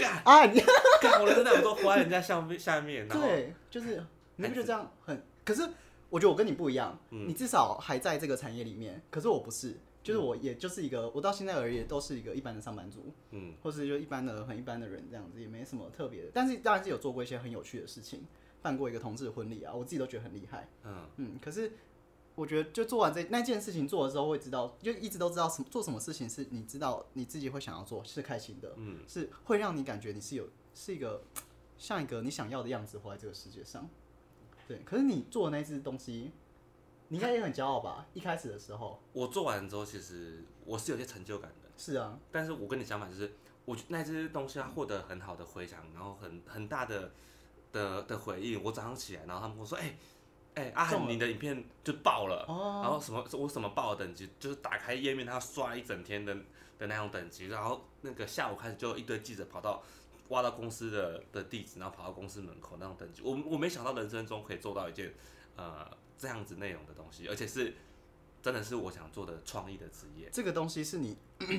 干 啊！你干我的真的我都活在人家下面下面，然后对，就是你不觉得这样很？可是我觉得我跟你不一样，嗯你至少还在这个产业里面，可是我不是，就是我也就是一个，我到现在而言都是一个一般的上班族，嗯或是就一般的很一般的人这样子，也没什么特别的。但是当然是有做过一些很有趣的事情，办过一个同志婚礼啊，我自己都觉得很厉害。嗯，嗯，可是我觉得就做完这那件事情做了之后，会知道，就一直都知道什么做什么事情是你知道你自己会想要做，是开心的，嗯，是会让你感觉你是有是一个像一个你想要的样子活在这个世界上。对，可是你做的那只东西，你应该也很骄傲吧？一开始的时候我做完之后，其实我是有些成就感的，是啊，但是我跟你相反，就是我觉得那只东西它啊获得很好的回响，然后很很大的的的回应。我早上起来，然后他们跟我说，哎、哎、阿中涵，你的影片就爆了，哦然后什么我什么爆的等级，就是打开页面，他刷一整天的的那种等级，然后那个下午开始就一堆记者跑到挖到公司的的地址，然后跑到公司门口那种等级，我我没想到人生中可以做到一件呃这样子内容的东西，而且是真的是我想做的创意的职业，这个东西是你。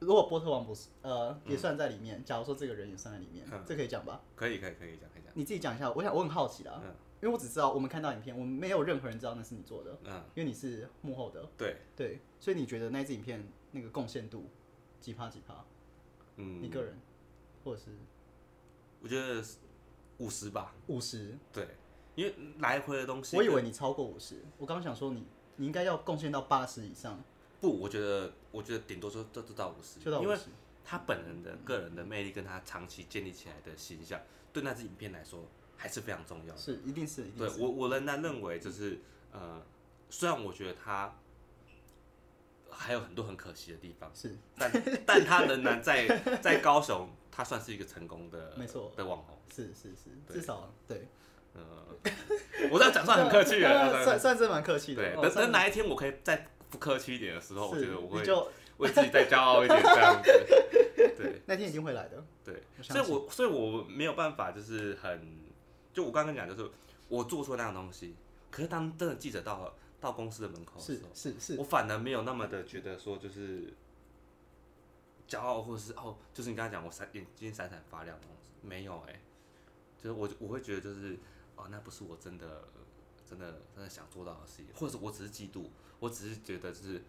如果波特王不是呃也算在里面，假如说这个人也算在里面，嗯这可以讲吧？可以可以可以讲可以讲，你自己讲一下，我想我很好奇啦，嗯因为我只知道我们看到影片，我们没有任何人知道那是你做的，嗯，因为你是幕后的，对，对，所以你觉得那支影片那个贡献度几趴几趴？嗯，你个人或者是我觉得五十吧，五十？对，因为来回的东西，我以为你超过五十，我刚刚想说你你应该要贡献到八十以上，不，我觉得我觉得顶多就就就到五十，就到因为五十。他本人的个人的魅力跟他长期建立起来的形象，对那支影片来说还是非常重要的。是，一定是，一定对是。我，我仍然认为就是呃，虽然我觉得他还有很多很可惜的地方，是 但但他仍然在在高雄，他算是一个成功的，没错的网红。是是是，呃对至少对，呃，我这样讲算很客气 呃了，算算是蛮客气的。对。哦等算等哪一天我可以再不客气一点的时候，我是觉得我你会就为自己再骄傲一点这样子。对。哦那天一定会来的。对， 我所相以我所以我没有办法，就是很，就我刚刚讲，就是我做出那样东西，可是当真的记者到了到公司的门口的是时候，是是，我反而没有那么的觉得说就是骄傲，或者是哦，就是你刚才讲我闪眼睛闪闪发亮的东西，没有哎、就是我我会觉得就是哦，那不是我真的真的真的想做到的事情，或者是我只是嫉妒，我只是觉得就是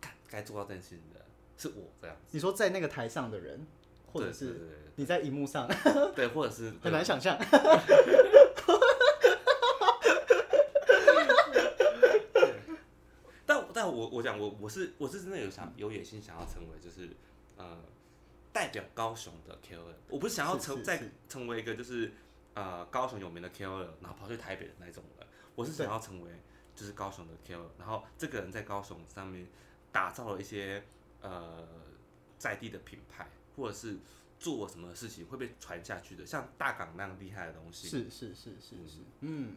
干该做到这件事情的是我这样，你说在那个台上的人，或者对是对你在荧幕上。对对，或者是很难想象。但但我我讲我我是我是真的有想有野心想要成为就是呃代表高雄的 KOL，我不是想要是成是再是成为一个就是呃高雄有名的 KOL，然后跑去台北的那种人，我是想要成为就是高雄的 KOL，然后这个人在高雄上面打造了一些呃在地的品牌，或者是做什么事情会被传下去的，像大港那样厉害的东西，是是是是是，嗯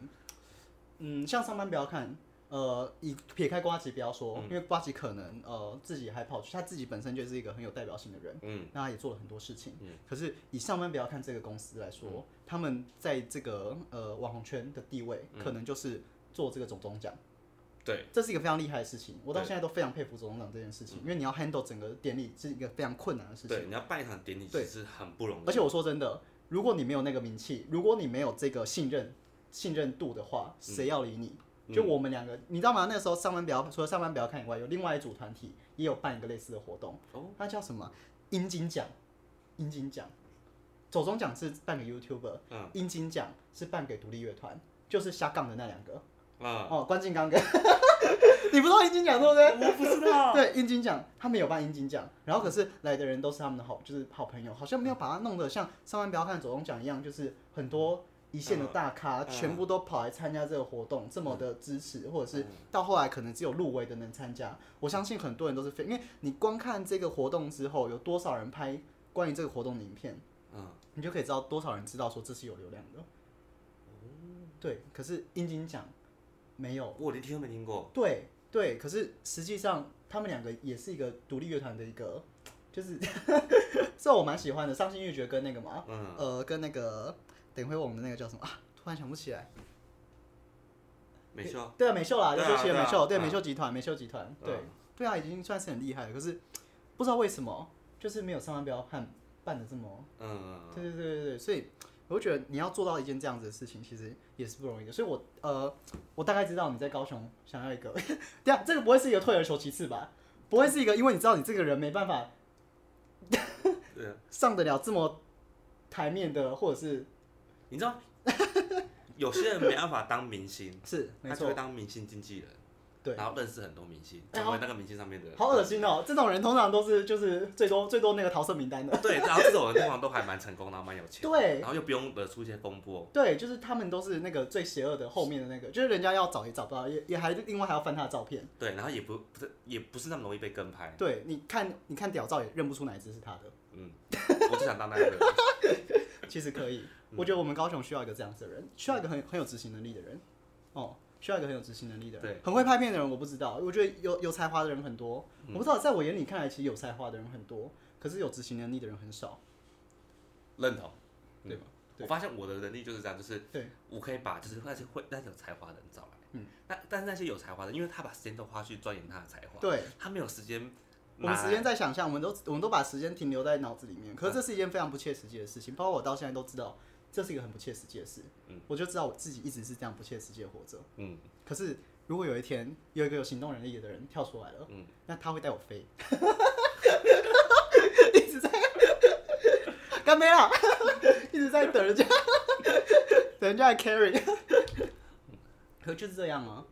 嗯，像上班不要看，呃，以撇开瓜吉不要嗯说，因为瓜吉可能呃自己还跑去，他自己本身就是一个很有代表性的人，嗯，那他也做了很多事情。嗯可是以上班不要看这个公司来说，他们在这个呃网红圈的地位，可能就是做这个总中奖。嗯对，这是一个非常厉害的事情，我到对嗯现在都非常佩服总长这件事情，因为你要 handle 整个典礼是一个非常困难的事情。对，你要办一场典礼其对实很不容易，而且我说真的，如果你没有那个名气，如果你没有这个信任信任度的嗯话，谁要理你？就我们两个，你知道吗？那时候上班不要除了上班不要看以外，有另外一组团体也有办一个类似的活动，哦，它叫什么？银金奖，银金奖，走中奖是办给 YouTuber，嗯银金奖是办给独立乐团，就是下杠的那两个，啊。哦，关敬刚跟， 你不知道银金奖对不对？我不知道。对，英金奖，他们有办英金奖，然后可是来的人都是他们的好，就是好朋友，好像没有把它弄得像上万不要看左中奖一样，就是很多一线的大咖、嗯嗯全部都跑来参加这个活动，这么的支持，或者是到后来可能只有入围的能参加。我相信很多人都是非，因为你光看这个活动之后，有多少人拍关于这个活动的影片，嗯，你就可以知道多少人知道说这是有流量的。对，可是英金奖没有哦我连听都没听过。对对，可是实际上他们两个也是一个独立乐团的一个，就是 这我蛮喜欢的，伤心欲绝跟那个嘛，嗯，呃，跟那个等回我们的那个叫什么啊？突然想不起来。没错。对啊，美秀啦，对啊就写对啊美秀，对嗯美秀集团，美秀集团，对嗯对啊，已经算是很厉害了。可是不知道为什么，就是没有上班标办办的这么嗯，对对对对对，所以我就觉得你要做到一件这样子的事情，其实也是不容易的。所以我呃，我大概知道你在高雄想要一个， 对啊，这个不会是一个退而求其次吧？不会是一个，因为你知道你这个人没办法对嗯啊上得了这么台面的，或者是 你知道有些人没办法当明星，是没他就错会，当明星经纪人，对，然后认识很多明星，哎成为那个明星上面的。好恶心哦！这种人通常都是就是最多最多那个逃生名单的，对，然后这种人通常都还蛮成功，然后蛮有钱，对然后又不用惹出一些风波。对，就是他们都是那个最邪恶的后面的那个，就是人家要找也找不到，也也还另外还要翻他的照片。对，然后也不不是也不是那么容易被跟拍。对，你看你看屌照也认不出哪一只是他的，嗯，我就想当那个人。 其实可以。嗯我觉得我们高雄需要一个这样子的人，需要一个很很有执行能力的人，哦，需要一个很有执行能力的人。对很会拍片的人我不知道，我觉得有有才华的人很多，嗯我不知道，在我眼里看来，其实有才华的人很多，可是有执行能力的人很少。认同，对吧？对我发现我的能力就是这样，就是对我可以把就是那些会那些有才华的人找来，嗯，那但是那些有才华的，因为他把时间都花去钻研他的才华，对，他没有时间我拿们来，时间在想象，我们都我们都把时间停留在脑子里嗯面，可是这是一件非常不切实际的事情，包括我到现在都知道这是一个很不切实际的事，嗯我就知道我自己一直是这样不切实际的活着。嗯，可是如果有一天有一个有行动能力的人跳出来了，嗯那他会带我飞， 一直在干杯啦，一直在等人家，等人家来 carry，可就是这样啊，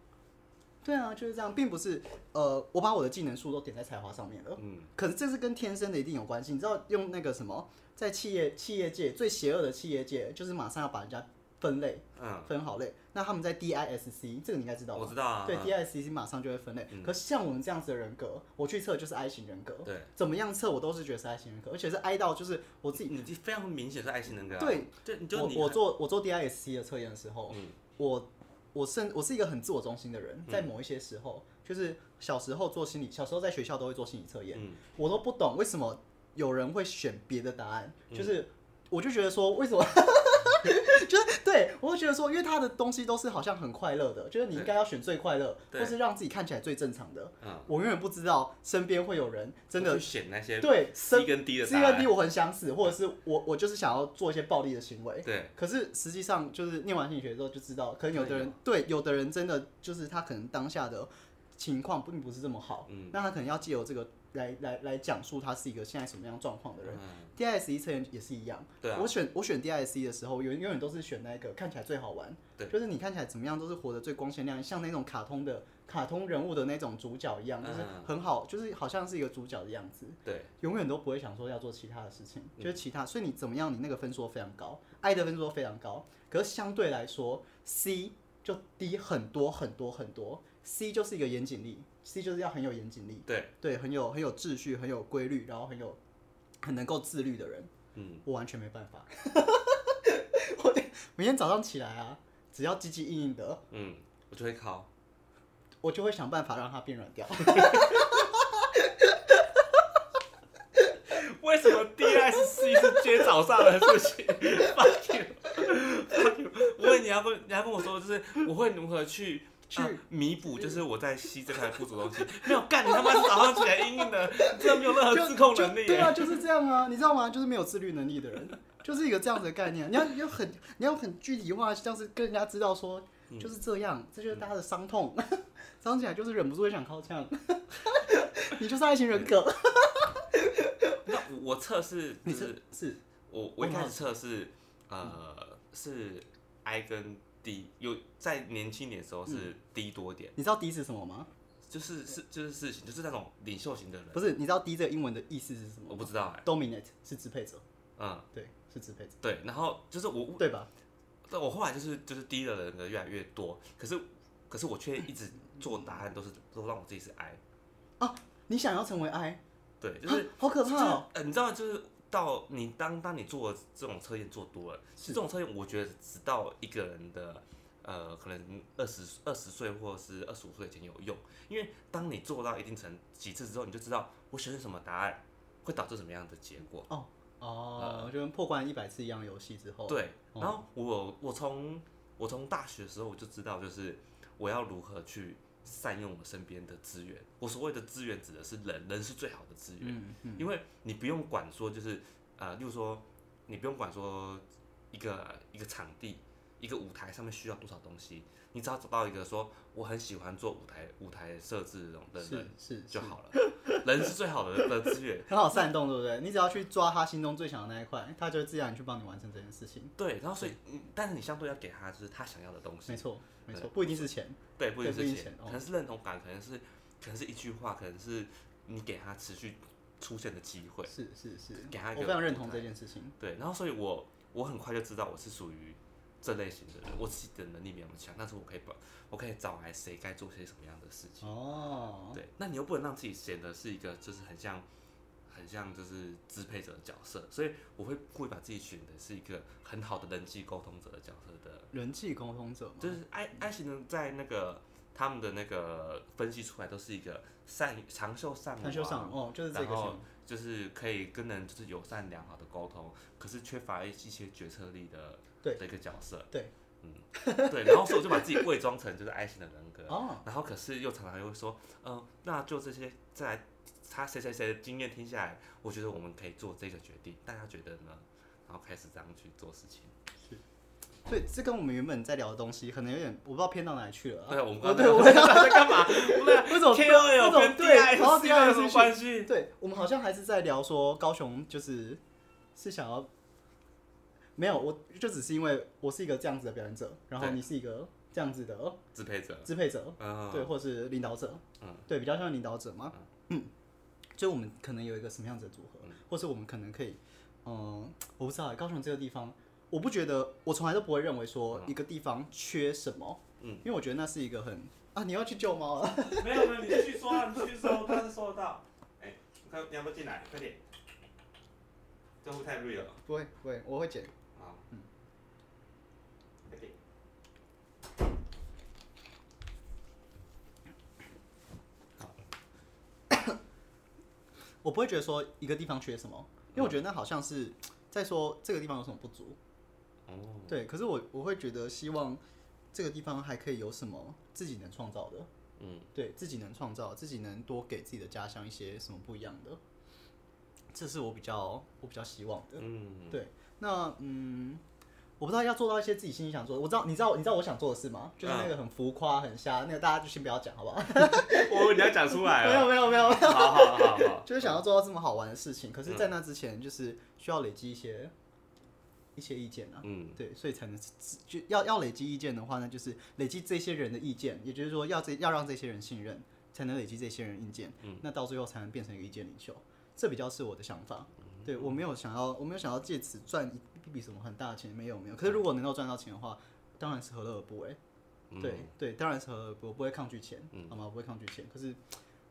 对啊，就是这样，并不是呃，我把我的技能数都点在才华上面了，嗯，可是这是跟天生的一定有关系，你知道用那个什么，在企业企业界最邪恶的企业界，就是马上要把人家分类。嗯，分好类。那他们在 DISC 这个你应该知道吧？我知道啊，对嗯，DISC 马上就会分类。嗯可是像我们这样子的人格，我去测就是 I 型人格，对，怎么样测我都是觉得是 I 型人格，而且是 I 到就是我自己。你就非常明显是爱心人格、啊，对，对，你我就你我做我做 DISC 的测验的时候，嗯我我甚我是一个很自我中心的人，嗯在某一些时候，就是小时候做心理，小时候在学校都会做心理测验，嗯我都不懂为什么有人会选别的答案，嗯就是我就觉得说 为什么。就是对我会觉得说，因为他的东西都是好像很快乐的，就是你应该要选最快乐，对或是让自己看起来最正常的。嗯，我永远不知道身边会有人真的去选那些对身 C 跟 D 的 C 答案跟 D 我很想死，或者是我我就是想要做一些暴力的行为。对，可是实际上，就是念完心理学之后就知道，可能有的对人对有的人真的就是他可能当下的情况并不是这么好，嗯那他可能要借由这个来来来讲述他是一个现在什么样状况的人。嗯， DISC E 测验也是一样，对啊我选我选 DISC E 的时候，永永远都是选那个看起来最好玩，对就是你看起来怎么样都是活得最光鲜亮丽，像那种卡通的卡通人物的那种主角一样，就是嗯很好，就是好像是一个主角的样子。对，永远都不会想说要做其他的事情，就是其他，所以你怎么样，你那个分数非常高，爱的分数非常高，可是相对来说，C 就低很多很多很多，C 就是一个严谨力，C 就是要很有严谨力，对，对，很有很有秩序，很有规律，然后很有很能够自律的人，嗯，我完全没办法，我每天早上起来啊，只要积极硬硬的，嗯，我就会考，我就会想办法让它变软掉。为什么 DSC 是今天早上的事情？Fuck you，Fuck you！我问你要跟你要跟我说，就是我会如何去去啊弥补，就是我在吸这块不足的东西。没有干，你他妈是早上起来硬硬的，你真的没有任何就自控能就力对耶。啊，就是这样啊，你知道吗？就是没有自律能力的人，就是一个这样子的概念。你要你要很你要很具体化，像是跟人家知道说嗯就是这样，这就是大家的伤痛， 伤起来就是忍不住会想靠墙。 你就是爱情人格，那我我测试就你是是 是我我一我开好始测试呃是 I 跟 D，有在年轻一点的时候嗯是 D 多一点，你知道 D 是什么吗？就是是就是事情就是那种领袖型的人，不是，你知道 D 这个英文的意思是什么我不知道哎， ？Dominate 是支配者，嗯，对，是支配者，对，然后就是我对吧？但我后来就是就是低的人格越来越多，可是可是我却一直做答案都是都让我自己是 I，你想要成为 I，对，就是、啊好可怕哦。就是呃你知道就是到你当当你做这种测验做多了，是这种测验我觉得只到一个人的呃可能二十二十岁或是二十五岁以前有用，因为当你做到一定程几次之后，你就知道我选什么答案会导致什么样的结果。哦，就跟破关一百次一样的游戏之后，呃对，哦然后我我从我从大学的时候我就知道，就是我要如何去善用我身边的资源。我所谓的资源指的是人，人是最好的资源，嗯嗯，因为你不用管说就是呃，例如说你不用管说一个一个场地。一个舞台上面需要多少东西，你只要找到一个说我很喜欢做舞台舞台设置的人是是就是好了。人是最好的的资源。很好煽动，对不对？你只要去抓他心中最想的那一块，他就会自然去帮你完成这件事情。对，然后所以，嗯但是你相对要给他就是他想要的东西，没错，没错，不一定是钱，对，不一对不一定定是钱钱，哦可能是认同感，可能是可能是一句话，可能是你给他持续出现的机会。是是是，给他一我个非常认同舞这件事情。对，然后所以我我很快就知道我是属于这类型的人，我自己的能力没有那么强，但是我可以把我可以找来谁该做些什么样的事情。哦，对，那你又不能让自己显得是一个就是很像很像就是支配者的角色，所以我会故意把自己选的是一个很好的人际沟通者的角色的，人际沟通者嘛，就是爱爱情人在那个他们的那个分析出来都是一个善于长袖善舞、啊，他就上哦，就是这个然后型就是可以跟人就是友善良好的沟通，可是缺乏一些决策力的对的一个角色。对，嗯，对，然后所以我就把自己伪装成就是爱心的人格， 哦，然后可是又常常又会说，嗯、那就这些再来，他谁谁谁的经验听下来，我觉得我们可以做这个决定，大家觉得呢？然后开始这样去做事情。所以这跟我们原本在聊的东西可能有点，我不知道偏到哪里 去了啊。对，我们哦刚对，刚我在在干嘛？ 为什么 K 为什 O L 么跟 D 对 I 然后 S 有什 DISC 么关系？对我们好像还是在聊说高雄就是是想要没有，我就只是因为我是一个这样子的表演者，然后对你是一个这样子的支配者，支配者，嗯，对，或是领导者，嗯，对，比较像领导者嘛，嗯，就我们可能有一个什么样子的组合，或是我们可能可以，嗯，我不知道高雄这个地方，我不觉得，我从来都不会认为说一个地方缺什么，嗯，因为我觉得那是一个很啊，你要去救猫了，没有没有，你继续说啊，你继续说，他是收得到。哎、快，你要不要进来？快点，这会不会太 real 了。不会不会，我会剪，好，嗯，快点。我不会觉得说一个地方缺什么，因为我觉得那好像是在说这个地方有什么不足，哦，对，可是我我会觉得希望这个地方还可以有什么自己能创造的。嗯，对自己能创造，自己能多给自己的家乡一些什么不一样的，这是我比较我比较希望的。嗯，对，那嗯，我不知道要做到一些自己心里想做的，我知道你知道你知道我想做的事吗？就是啊那个很浮夸、很瞎，那个大家就先不要讲，好不好？ 我你要讲出 来没有了。没有没有，好好好好，就是想要做到这么好玩的事情，可是，在那之前就是需要累积一些一些意见啊。嗯，对，所以才能就要要累积意见的话呢，就是累积这些人的意见，也就是说要这要让这些人信任，才能累积这些人意见，嗯，那到最后才能变成一个意见领袖，这比较是我的想法。对我没有想要，我没有想要借此赚一笔什么很大的钱，没有没有。可是如果能够赚到钱的话，当然是何乐而不为。嗯对，对，当然是何乐而不为，我不会抗拒钱，好吗？我不会抗拒钱，可是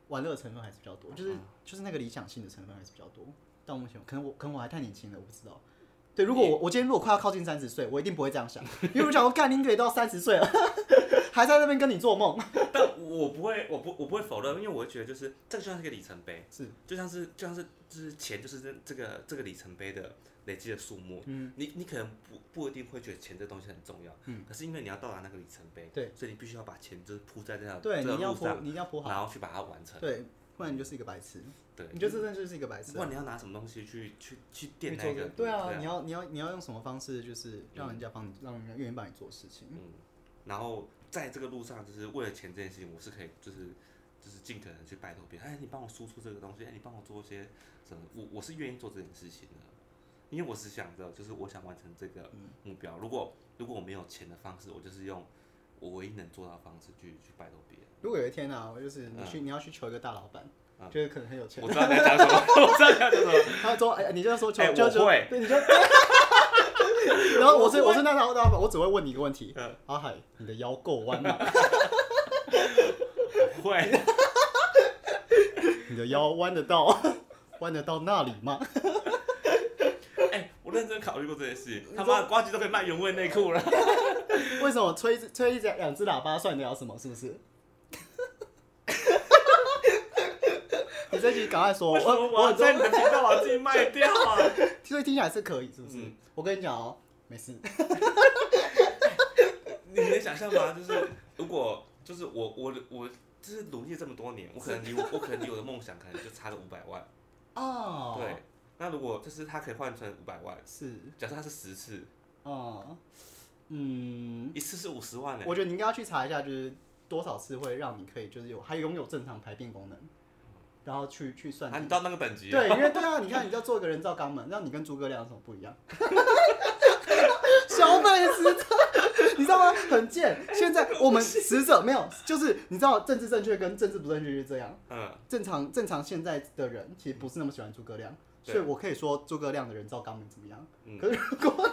玩乐的成分还是比较多，嗯就是就是那个理想性的成分还是比较多。到目前，可能我可能我还太年轻了，我不知道。对，如果我我今天如果快要靠近三十岁，我一定不会这样想，因为我想说，干，你可以到三十岁了， 还在那边跟你做梦，但我不会，我不，我不会否认，因为我会觉得就是这就像是一个里程碑，是就像是就像是就是钱就是这这个这个里程碑的累积的数目，嗯，你你可能不不一定会觉得钱这东西很重要，嗯，可是因为你要到达那个里程碑，对，所以你必须要把钱就是铺在这条对，这条你要路铺上，你一定要铺好，然后去把它完成，对，不然你就是一个白痴，对，你就真的就是一个白痴不。管你要拿什么东西去去去垫去那做个，这对啊，你要你要你要用什么方式，就是让人家帮你，让人家愿意帮你做事情。嗯，然后在这个路上，就是为了钱这件事情，我是可以就是就是尽可能去拜托别人，哎，你帮我输出这个东西，哎，你帮我做一些什么，我我是愿意做这件事情的，因为我是想着就是我想完成这个嗯目标。如果如果我没有钱的方式，我就是用我唯一能做到的方式去去拜托别人。如果有一天啊，我就是你去、你要去求一个大老板，就是可能很有钱嗯我，知道你在讲什么，我知道你在讲什么。 他说哎，你就说求、哎就我就会对，你就。 然后我是我是那大老板，我只会问你一个问题，嗯阿海，你的腰够弯吗？ 会，你的腰弯得到 弯得到那里吗？哎，我认真考虑过这件事嗯情。他妈的，瓜吉都可以卖原味内裤了。为什么吹一只吹一只两只喇叭算得了什么？是不是？ 你这句赶快说，为什么我我要我在你的频道把自己卖掉啊？所以听起来是可以，是不是？嗯我跟你讲哦，没事，你能想象吗？就是 如果就是我我我就是努力这么多年，我可能离我我可能离我的梦想可能就差个五百万。哦，对，，那如果就是他可以换成五百万，是，假设他是十次，哦，嗯，一次是五十万呢、我觉得你应该要去查一下，就是多少次会让你可以就是有还拥有正常排便功能。然后去去算啊，你计。到那个等级了，对，因为对啊，你看你要做一个人造肛门，那你跟诸葛亮有什么不一样？ 小美使者， 你知道吗？很贱。现在我们使者没有，就是你知道政治正确跟政治不正确就是这样。嗯，正常正常现在的人其实不是那么喜欢诸葛亮，对所以我可以说诸葛亮的人造肛门怎么样？ 嗯可是如果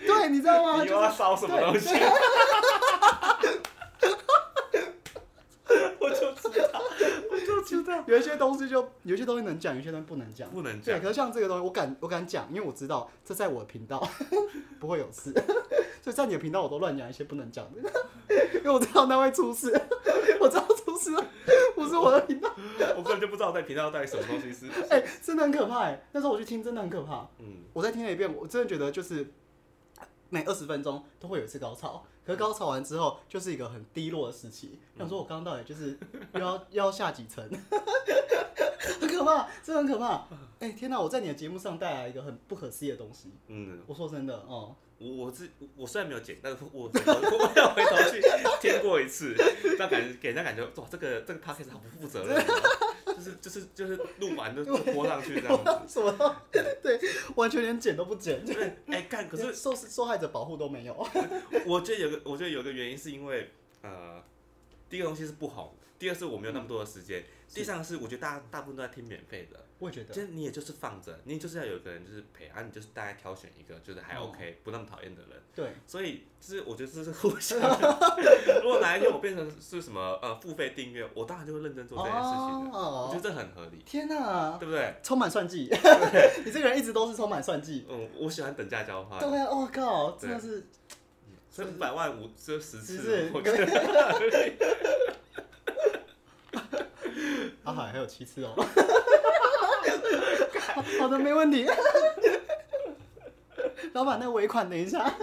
对，你知道吗？你就又是要烧什么东西？ 我就知道，我就知道，有一些东西就有一些东西能讲，有一些东西不能讲。不能对，讲。可是像这个东西，我敢我敢讲，因为我知道这在我的频道 不会有事， 所以在你的频道我都乱讲一些不能讲的， 因为我知道那会出事， 我知道出事了，不是我的频道，我根本就不知道我在频道到底什么东西是，哎、真的很可怕、哎，那时候我去听，真的很可怕。嗯，我再听了一遍，我真的觉得就是每二十分钟都会有一次高潮，可是高潮完之后就是一个很低落的时期。嗯想说我刚刚到底就是又要又要下几层， 很可怕，真的很可怕。哎、天哪！我在你的节目上带来一个很不可思议的东西。嗯，我说真的，哦、我我自我虽然没有剪，但是我回头我要回头去听过一次， 让感觉给人家感觉哇，这个这个 podcast 好不负责任哦，就是就是就是录完就就播上去这样子。 什么都对，完全连剪都不剪，对，哎干，可是受受害者保护都没有。我觉得有个，我觉得有个原因是因为，呃，第一个东西是不红，第二是我没有那么多的时间，第三个是我觉得大大部分都在听免费的，我也觉就得，是你也就是放着，你就是要有一个人就是陪啊，你就是大概挑选一个就是还哦 OK、不那么讨厌的人，对，所以就是我觉得这是互相。 如果哪一天我变成是什么呃付费订阅，我当然就会认真做这件事情的，我觉哦得，这很合理，天哪，对不对？充满算计， 你这个人一直都是充满算计。嗯，我喜欢等价交换，对啊，我、靠，对真的是这五百万五这十十次次，我觉得 啊，还有其次哦。 好好的，没问题。 老板，那尾款等一下。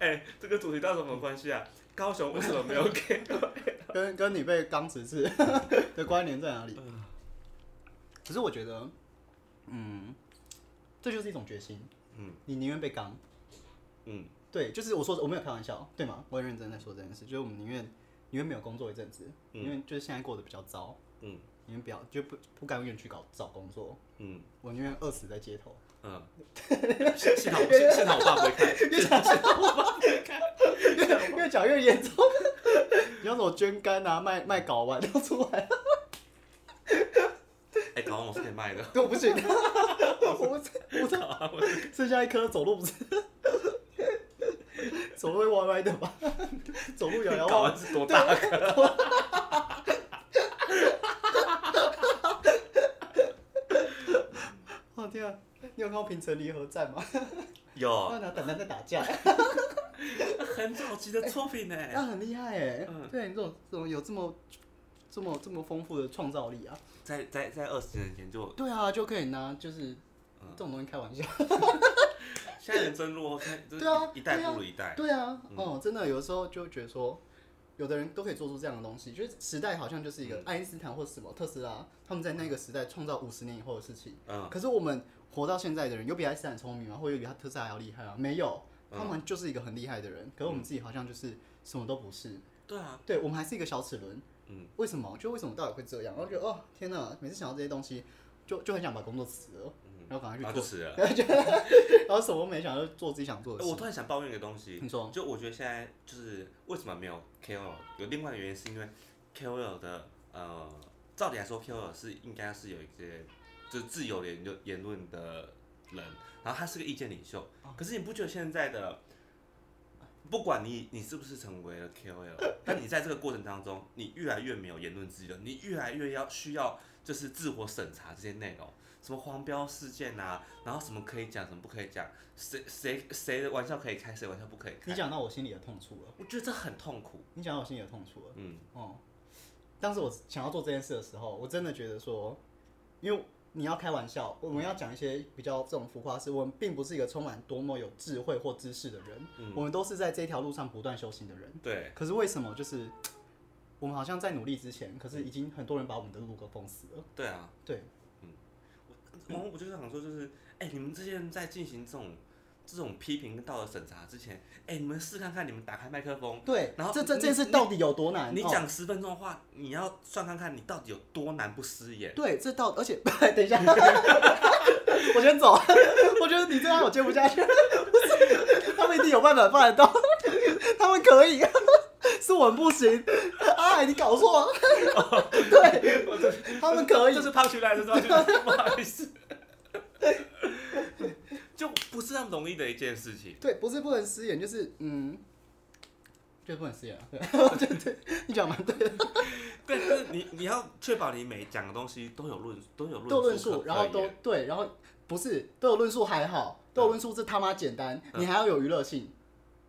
哎、这个主题到底有什么关系啊？高雄为什么没有给？跟跟你被刚十次的关联在哪里？嗯可是我觉得，嗯，这就是一种决心。嗯你宁愿被刚，嗯对，就是我说我没有开玩笑，对吗？我很认真在说这件事，就是我们宁愿宁愿没有工作一阵子，嗯因为就是现在过得比较糟，嗯宁愿不要就不不甘愿去搞找工作，嗯我宁愿饿死在街头。嗯，幸幸好幸幸好我爸不会看， 越越讲越严重。你要什么捐肝啊、卖卖睾丸都出来，哎、搞完我是可以卖 的，我不行。我不我搞完我剩下一颗走路不是，走路会歪歪的吧？走路摇摇晃搞完是多大个？晃。哦天啊！你有看过《平城离合战》吗？他有拿胆蛋在打架，很早期的作品呢、那很厉害哎嗯。对，你这种这种有这么这么这么丰富的创造力啊！在在在二十年前就，对啊，就可以拿就是嗯这种东西开玩笑。现在人真落后，现在真对啊一代不如一代，嗯对啊，哦，真的，有时候就觉得说，有的人都可以做出这样的东西，就是时代好像就是一嗯个爱因斯坦或什么特斯拉，他们在那个时代创造五十年以后的事情。嗯可是我们活到现在的人，有比爱因斯坦聪明吗？或者比他特斯拉还要厉害吗？没有，嗯他们就是一个很厉害的人。可是我们自己好像就是什么都不是，对啊，对我们还是一个小齿轮。嗯，为什么？就为什么到底会这样？然后觉得哦，天哪！每次想到这些东西，就就很想把工作辞了，嗯然后啊赶然 快去后就做，死了。然后什么都没想，就做自己想做的哎我事。突然想抱怨一个东西，你说，就我觉得现在就是为什么没有 KOL，有另外的原因是因为 KOL 的呃，照理来说 KOL 是应该是有一些就是自由言论言论的人，然后他是个意见领袖，可是你不觉得现在的？不管你你是不是成为了 KOL，但你在这个过程当中，你越来越没有言论自由，你越来越要需要就是自我审查这些内容，什么黄标事件啊，然后什么可以讲，什么不可以讲，谁谁谁的玩笑可以开，谁玩笑不可以开你。讲到我心里的痛处了。我觉得这很痛苦。你讲到我心里的痛处了。嗯哦，当时我想要做这件事的时候，我真的觉得说，因为你要开玩笑，我们要讲一些比较这种浮夸事，我们并不是一个充满多么有智慧或知识的人，嗯，我们都是在这条路上不断修行的人。对，可是为什么就是我们好像在努力之前，可是嗯已经很多人把我们的路给封死了？对啊，对，我我我就是想说，就是哎、你们这些人在进行这种这种批评跟道德审查之前，哎、你们试看看，你们打开麦克风，对，然后这这你件事到底有多难？你哦讲十分钟的话，你要算看看你到底有多难不失言。对，这到而且哎等一下， 我先走，我觉得你这样我接不下去，不是他们一定有办法办得到，他们可以，是我们不行，哎，你搞错了，对， 他们可以这，是胖起来的，这是胖起来的， 不好意思， 就不是那么容易的一件事情。对，不是不能失言，就是嗯，就是不能失言啊，对我觉得对你讲蛮对的，对，就是你你要确保你每讲的东西都有论都有都有论述可述，可然后都言对，然后不是都有论述还好，都有论述这他妈简单，你还要有娱乐性。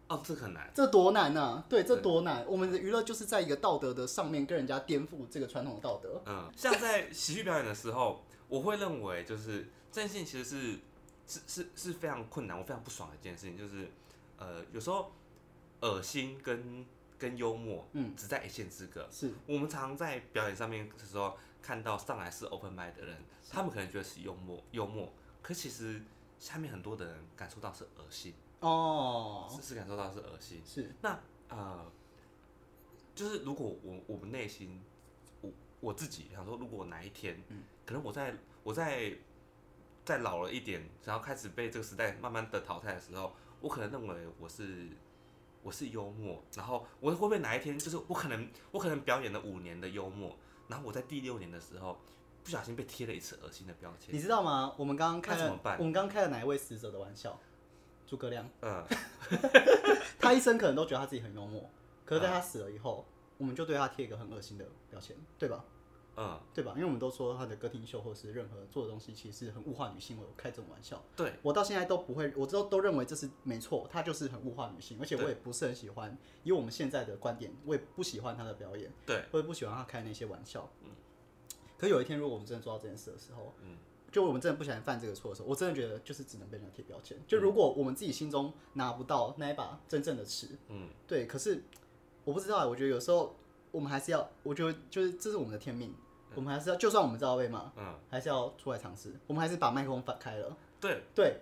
哦，这很难。这多难呐、啊对，这多难！我们的娱乐就是在一个道德的上面跟人家颠覆这个传统的道德。嗯，像在喜剧表演的时候，我会认为就是这件事情其实是是是是非常困难，我非常不爽的一件事情，就是呃有时候恶心跟跟幽默，嗯，只在一线之隔。是，我们常在表演上面的时候看到上来是 open mind 的人，他们可能觉得是幽默幽默，可其实下面很多的人感受到是恶心，哦，是是感受到是恶心。是，那呃，就是如果我我们内心，我我自己想说，如果哪一天，嗯可能我在我在再老了一点，然后开始被这个时代慢慢的淘汰的时候，我可能认为我是我是幽默，然后我会不会哪一天就是我可能我可能表演了五年的幽默，然后我在第六年的时候不小心被贴了一次恶心的标签，你知道吗？我们刚刚开那怎么了办，我们刚刚开了哪一位死者的玩笑？诸葛亮，嗯，他一生可能都觉得他自己很幽默，可是在他死了以啊后，我们就对他贴一个很恶心的标签，对吧？嗯，对吧？因为我们都说他的歌厅秀或是任何做的东西，其实是很物化女性。我有开这种玩笑，对，我到现在都不会，我都都认为这是没错，他就是很物化女性，而且我对也不是很喜欢。以我们现在的观点，我也不喜欢他的表演，对，我也不喜欢他开那些玩笑。可有一天，如果我们真的做到这件事的时候，嗯就我们真的不想犯这个错的时候，我真的觉得就是只能被人家贴标嗯签。就如果我们自己心中拿不到那一把真正的尺，嗯，对，可是我不知道欸，我觉得有时候我们还是要，我觉得就是这是我们的天命，我们还是要，就算我们知道被骂，嗯，还是要出来尝试。我们还是把麦克风反开了，对，对，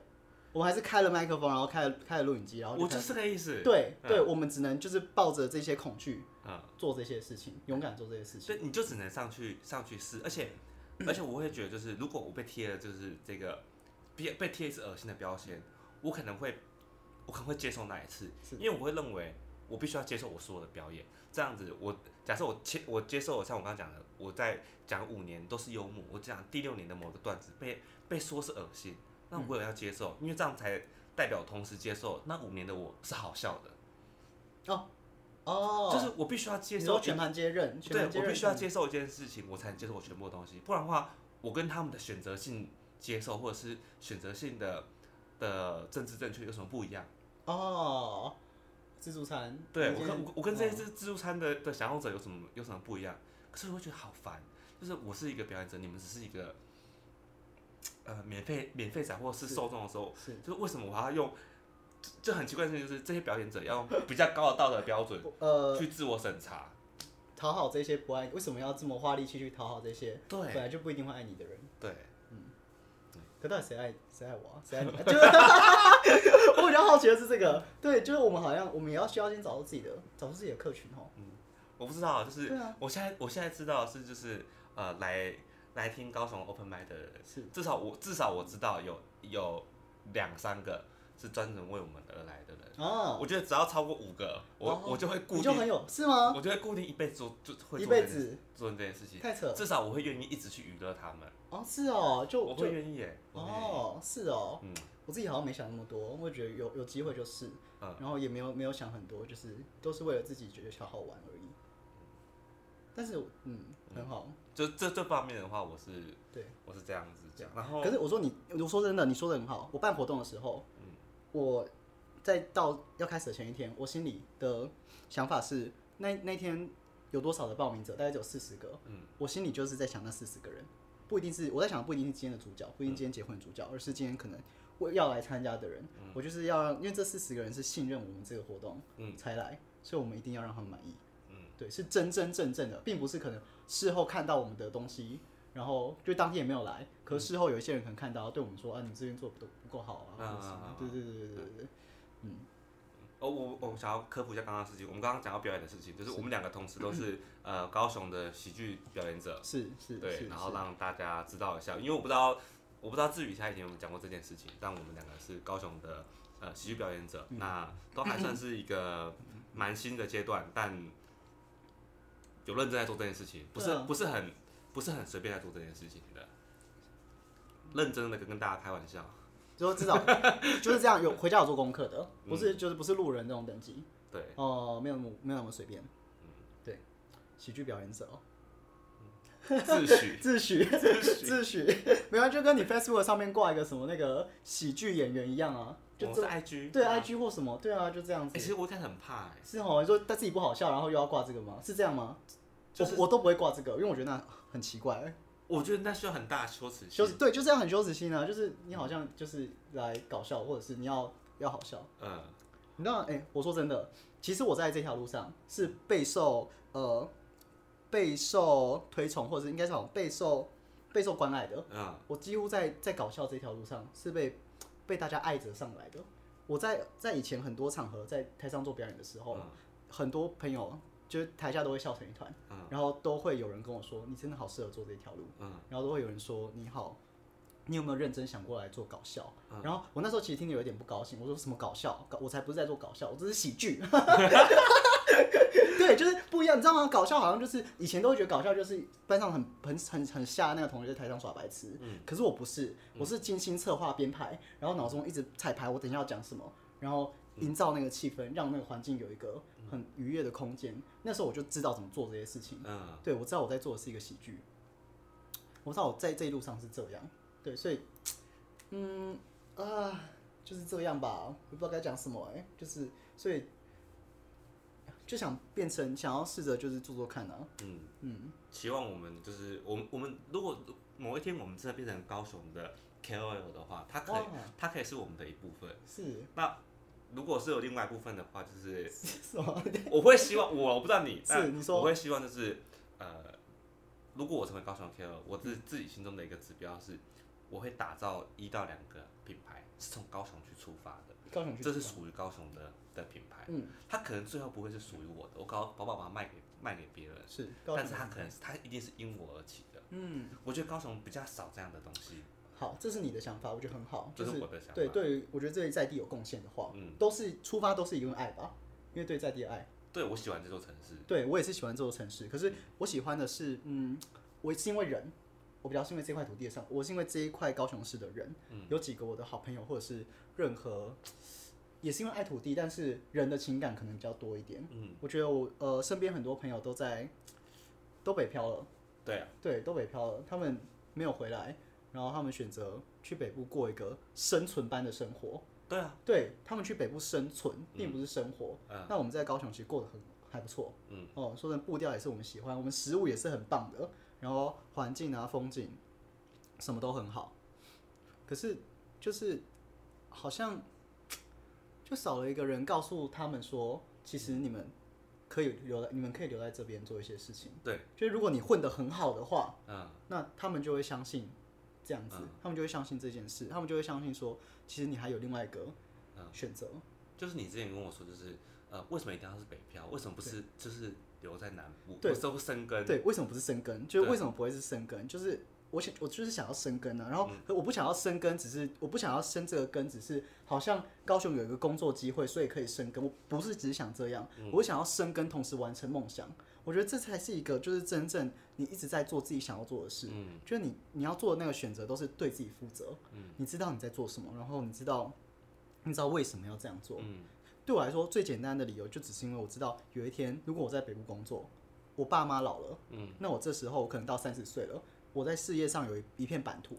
我们还是开了麦克风，然后开了开了录影机，然后我开就始是这个意思，对嗯对，我们只能就是抱着这些恐惧嗯。做这些事情，勇敢做这些事情。所以你就只能上去上去试，而且而且我会觉得，就是如果我被贴了就是这个被被贴一次恶心的标签，我可能会我可能会接受那一次，是因为我会认为我必须要接受我所有的表演，这样子我假设我接我接受了像我刚刚讲的，我在讲五年都是幽默，我讲第六年的某个段子被被说是恶心，那嗯我也要接受，因为这样才代表同时接受那五年的我是好笑的，哦，就是我必须要接你受说全盘接任，全对盘接我任必须要接受一件事情，我才能接受我全部的东西，不然的话，我跟他们的选择性接受或者是选择性的的政治正确有什么不一样？哦，自助餐。对我今跟天我我跟这哦些自助餐的的享用者有什么有什么不一样？可是我会觉得好烦，就是我是一个表演者，你们只是一个呃免费免费仔或者是是受众的时候，哦是就是为什么我还要用？就就很奇怪的事情，就是这些表演者要用比较高的道德标准呃去自我审查。讨好这些不爱，为什么要这么花力气去讨好这些本对嗯来就不一定会爱你的人？对，可到底谁爱谁爱我啊？ 谁爱你、啊？就是 我比较好奇的是这个，对，就是我们好像我们也要需要先找到自己的，找出自己的客群哦。我不知道，就是对啊，我现在我现在知道的是就是呃来来听高雄 open mic 的人，是至少我至少我知道有有两三个是专门为我们而来的人。啊，我觉得只要超过五个，我、哦我就会固你定就，很有是吗？我就会固定一辈子做就会做一辈这件子做这件事情。太扯了至少我会愿意一直去娱乐他们，哦，是哦，就我就会愿意耶。我会愿意，哦，是哦，嗯我自己好像没想那么多，我觉得有有机会就是，嗯然后也没有没有想很多，就是都是为了自己觉得小好玩而已。但是嗯，很好，就这这方面的话，我是对。我是这样子讲，然后可是我说你，我说真的，你说的很好。我办活动的时候，嗯我在到要开始的前一天，我心里的想法是，那那天有多少的报名者，大概只有四十个，我心里就是在想那四十个人，不一定是我在想，不一定是今天的主角，不一定今天结婚的主角，而是今天可能我要来参加的人，我就是要让，因为这四十个人是信任我们这个活动，嗯才来，所以我们一定要让他们满意。嗯对，是真真正正的，并不是可能事后看到我们的东西，然后就当天也没有来，可是事后有一些人可能看到，对我们说啊，你这边做的不够好啊，或者是什么嗯啊对对对对对对，嗯，哦，我我想要科普一下刚刚的事情。我们刚刚讲到表演的事情，就是我们两个同时都 是呃高雄的喜剧表演者，是是对，是，然后是让大家知道一下，因为我不知道我不知道志宇他以前有没有讲过这件事情，但我们两个是高雄的呃喜剧表演嗯者，那都还算是一个蛮新的阶段，但有认真在做这件事情，不是、对啊不是很不是很随便在做这件事情的，认真的跟跟大家开玩笑。就至少就是这样，有回家有做功课的，不嗯是就是不是路人那种等级对， 嗯哦，没有那么没有那么随便，对，喜剧表演者 哦，自诩自诩自诩， 没有啊就跟你 Facebook 上面挂一个什么那个喜剧演员一样啊，就我这哦是 IG，对啊 IG 或什么，对啊，就这样子哎、其。实我真的很怕、欸，是哦，你说他自己不好笑，然后又要挂这个吗？是这样吗？就是我我都不会挂这个，因为我觉得那很奇怪，我觉得那需要很大的羞耻羞心。耻对，就这样很羞耻心啊，就是你好像就是来搞笑，或者是你要要好笑。嗯，你知道，哎、我说真的，其实我在这条路上是备受呃备受推崇，或者是应该是那种备受备受关爱的。嗯，我几乎在在搞笑这条路上是被被大家爱着上来的。我在在以前很多场合在台上做表演的时候，嗯很多朋友就是台下都会笑成一团，嗯然后都会有人跟我说：“你真的好适合做这条路。”嗯，然后都会有人说：“你好，你有没有认真想过来做搞笑？”嗯然后我那时候其实听得有一点不高兴，我说：“什么搞笑？搞我才不是在做搞笑，我这是喜 剧。” 对，就是不一样，你知道吗？搞笑好像就是以前都会觉得搞笑就是班上很很很很吓的那个同学在台上耍白痴，嗯可是我不是，我是精心策划编排，然后脑中一直彩排我等一下要讲什么，然后营造那个气氛，让那个环境有一个很愉悦的空间。那时候我就知道怎么做这些事情。嗯，对，我知道我在做的是一个喜剧，我知道我在这一路上是这样，对，所以，嗯啊、就是这样吧，我不知道该讲什么哎、就是所以就想变成想要试着就是做做看啊，嗯嗯，期望我们就是我们我们如果某一天我们真的变成高雄的 KOL 的话，它可以哇它可以是我们的一部分。是那如果是有另外一部分的话，就 是 是吗？我会希望我我不知道你，是但你说我会希望就是呃，如果我成为高雄 KOL，我自自己心中的一个指标是，我会打造一到两个品牌是从高雄去出发的，高雄去这是吃吧属于高雄的的品牌，嗯它可能最后不会是属于我的，我搞我把它卖给卖给别人。是高但雄是它可能是它一定是因我而起的。嗯我觉得高雄比较少这样的东西，好，这是你的想法，我觉得很好，这哦就是我的想法。对对于我觉得对在地有贡献的话，嗯都是出发都是因为爱吧，因为对在地的爱。对我喜欢这座城市。对我也是喜欢这座城市，可是我喜欢的是，嗯，我是因为人，我比较是因为这块土地上，我是因为这一块高雄市的人，嗯有几个我的好朋友，或者是任何，也是因为爱土地，但是人的情感可能比较多一点。嗯，我觉得我呃身边很多朋友都在都北漂了，对啊，对，都北漂了，他们没有回来，然后他们选择去北部过一个生存般的生活。对啊，对他们去北部生存，并不是生活。嗯那我们在高雄其实过得很还不错。嗯，哦，说真的，步调也是我们喜欢，我们食物也是很棒的，然后环境啊、风景什么都很好。可是就是好像就少了一个人告诉他们说，其实你们可以留在，你们可以留在这边做一些事情。对，就是如果你混得很好的话，嗯，那他们就会相信这样子，嗯他们就会相信这件事，他们就会相信说，其实你还有另外一个嗯选择。就是你之前跟我说，就是呃，为什么一定要是北漂？为什么不是就是留在南部？对不是不生根。对，为什么不是生根？就是对为什么不会是生根？就是我想，我就是想要生根啊。然后嗯可我不想要生根，只是我不想要生这个根，只是好像高雄有一个工作机会，所以可以生根。我不是只想这样，嗯我想要生根，同时完成梦想。我觉得这才是一个，就是真正你一直在做自己想要做的事。嗯就是你你要做的那个选择都是对自己负责，嗯你知道你在做什么，然后你知道你知道为什么要这样做。嗯对我来说，最简单的理由就只是因为我知道有一天如果我在北部工作，我爸妈老了，嗯，那我这时候我可能到三十岁了，我在事业上有一一片版图，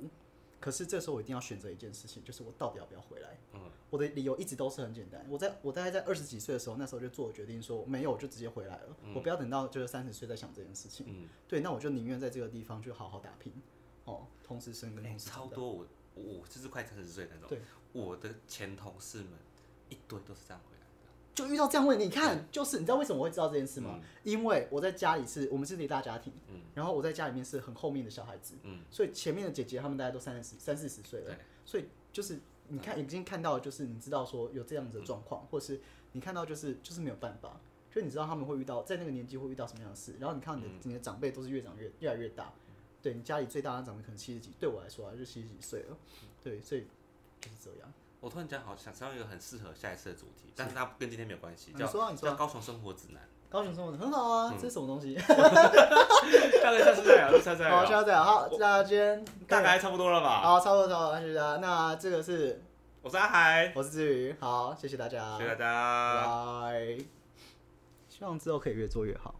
可是这时候我一定要选择一件事情，就是我到底要不要回来。嗯，我的理由一直都是很简单，我在我大概在二十几岁的时候，那时候就做了决定说，没有我就直接回来了，我不要等到就是三十岁再想这件事情。嗯，对，那我就宁愿在这个地方去好好打拼，哦，同时生根，哎同时超长大。多我我我就是快三十岁那种，对，我的前同事们一堆都是这样回来的。就遇到这样问题，你嗯看，就是你知道为什么我会知道这件事吗？因为我在家里是我们是一大家庭，然后我在家里面是很后面的小孩子，嗯所以前面的姐姐她们大概都三十三四十岁了对，所以就是你看已经看到，就是你知道说有这样子的状况，或是你看到就是就是没有办法，就你知道他们会遇到在那个年纪会遇到什么样的事，然后你看到嗯你的、你的长辈都是越长越越来越大，对你家里最大的长辈可能七十几，对我来说啊就七十几岁了，嗯对，所以就是这样。我突然间好想上一个很适合下一次的主题，但是它跟今天没有关系，你叫说啊，你说叫啊高雄生活指南。高雄生活很好嗯啊，这是什么东西？大概下次再聊，下次再好，聊，下次再聊。好，大家今天大概差不多了吧？好，差不多，差不多，那就这样。那这个是我是阿海，我是志宇，好，谢谢大家，谢谢大家。拜拜。希望之后可以越做越好。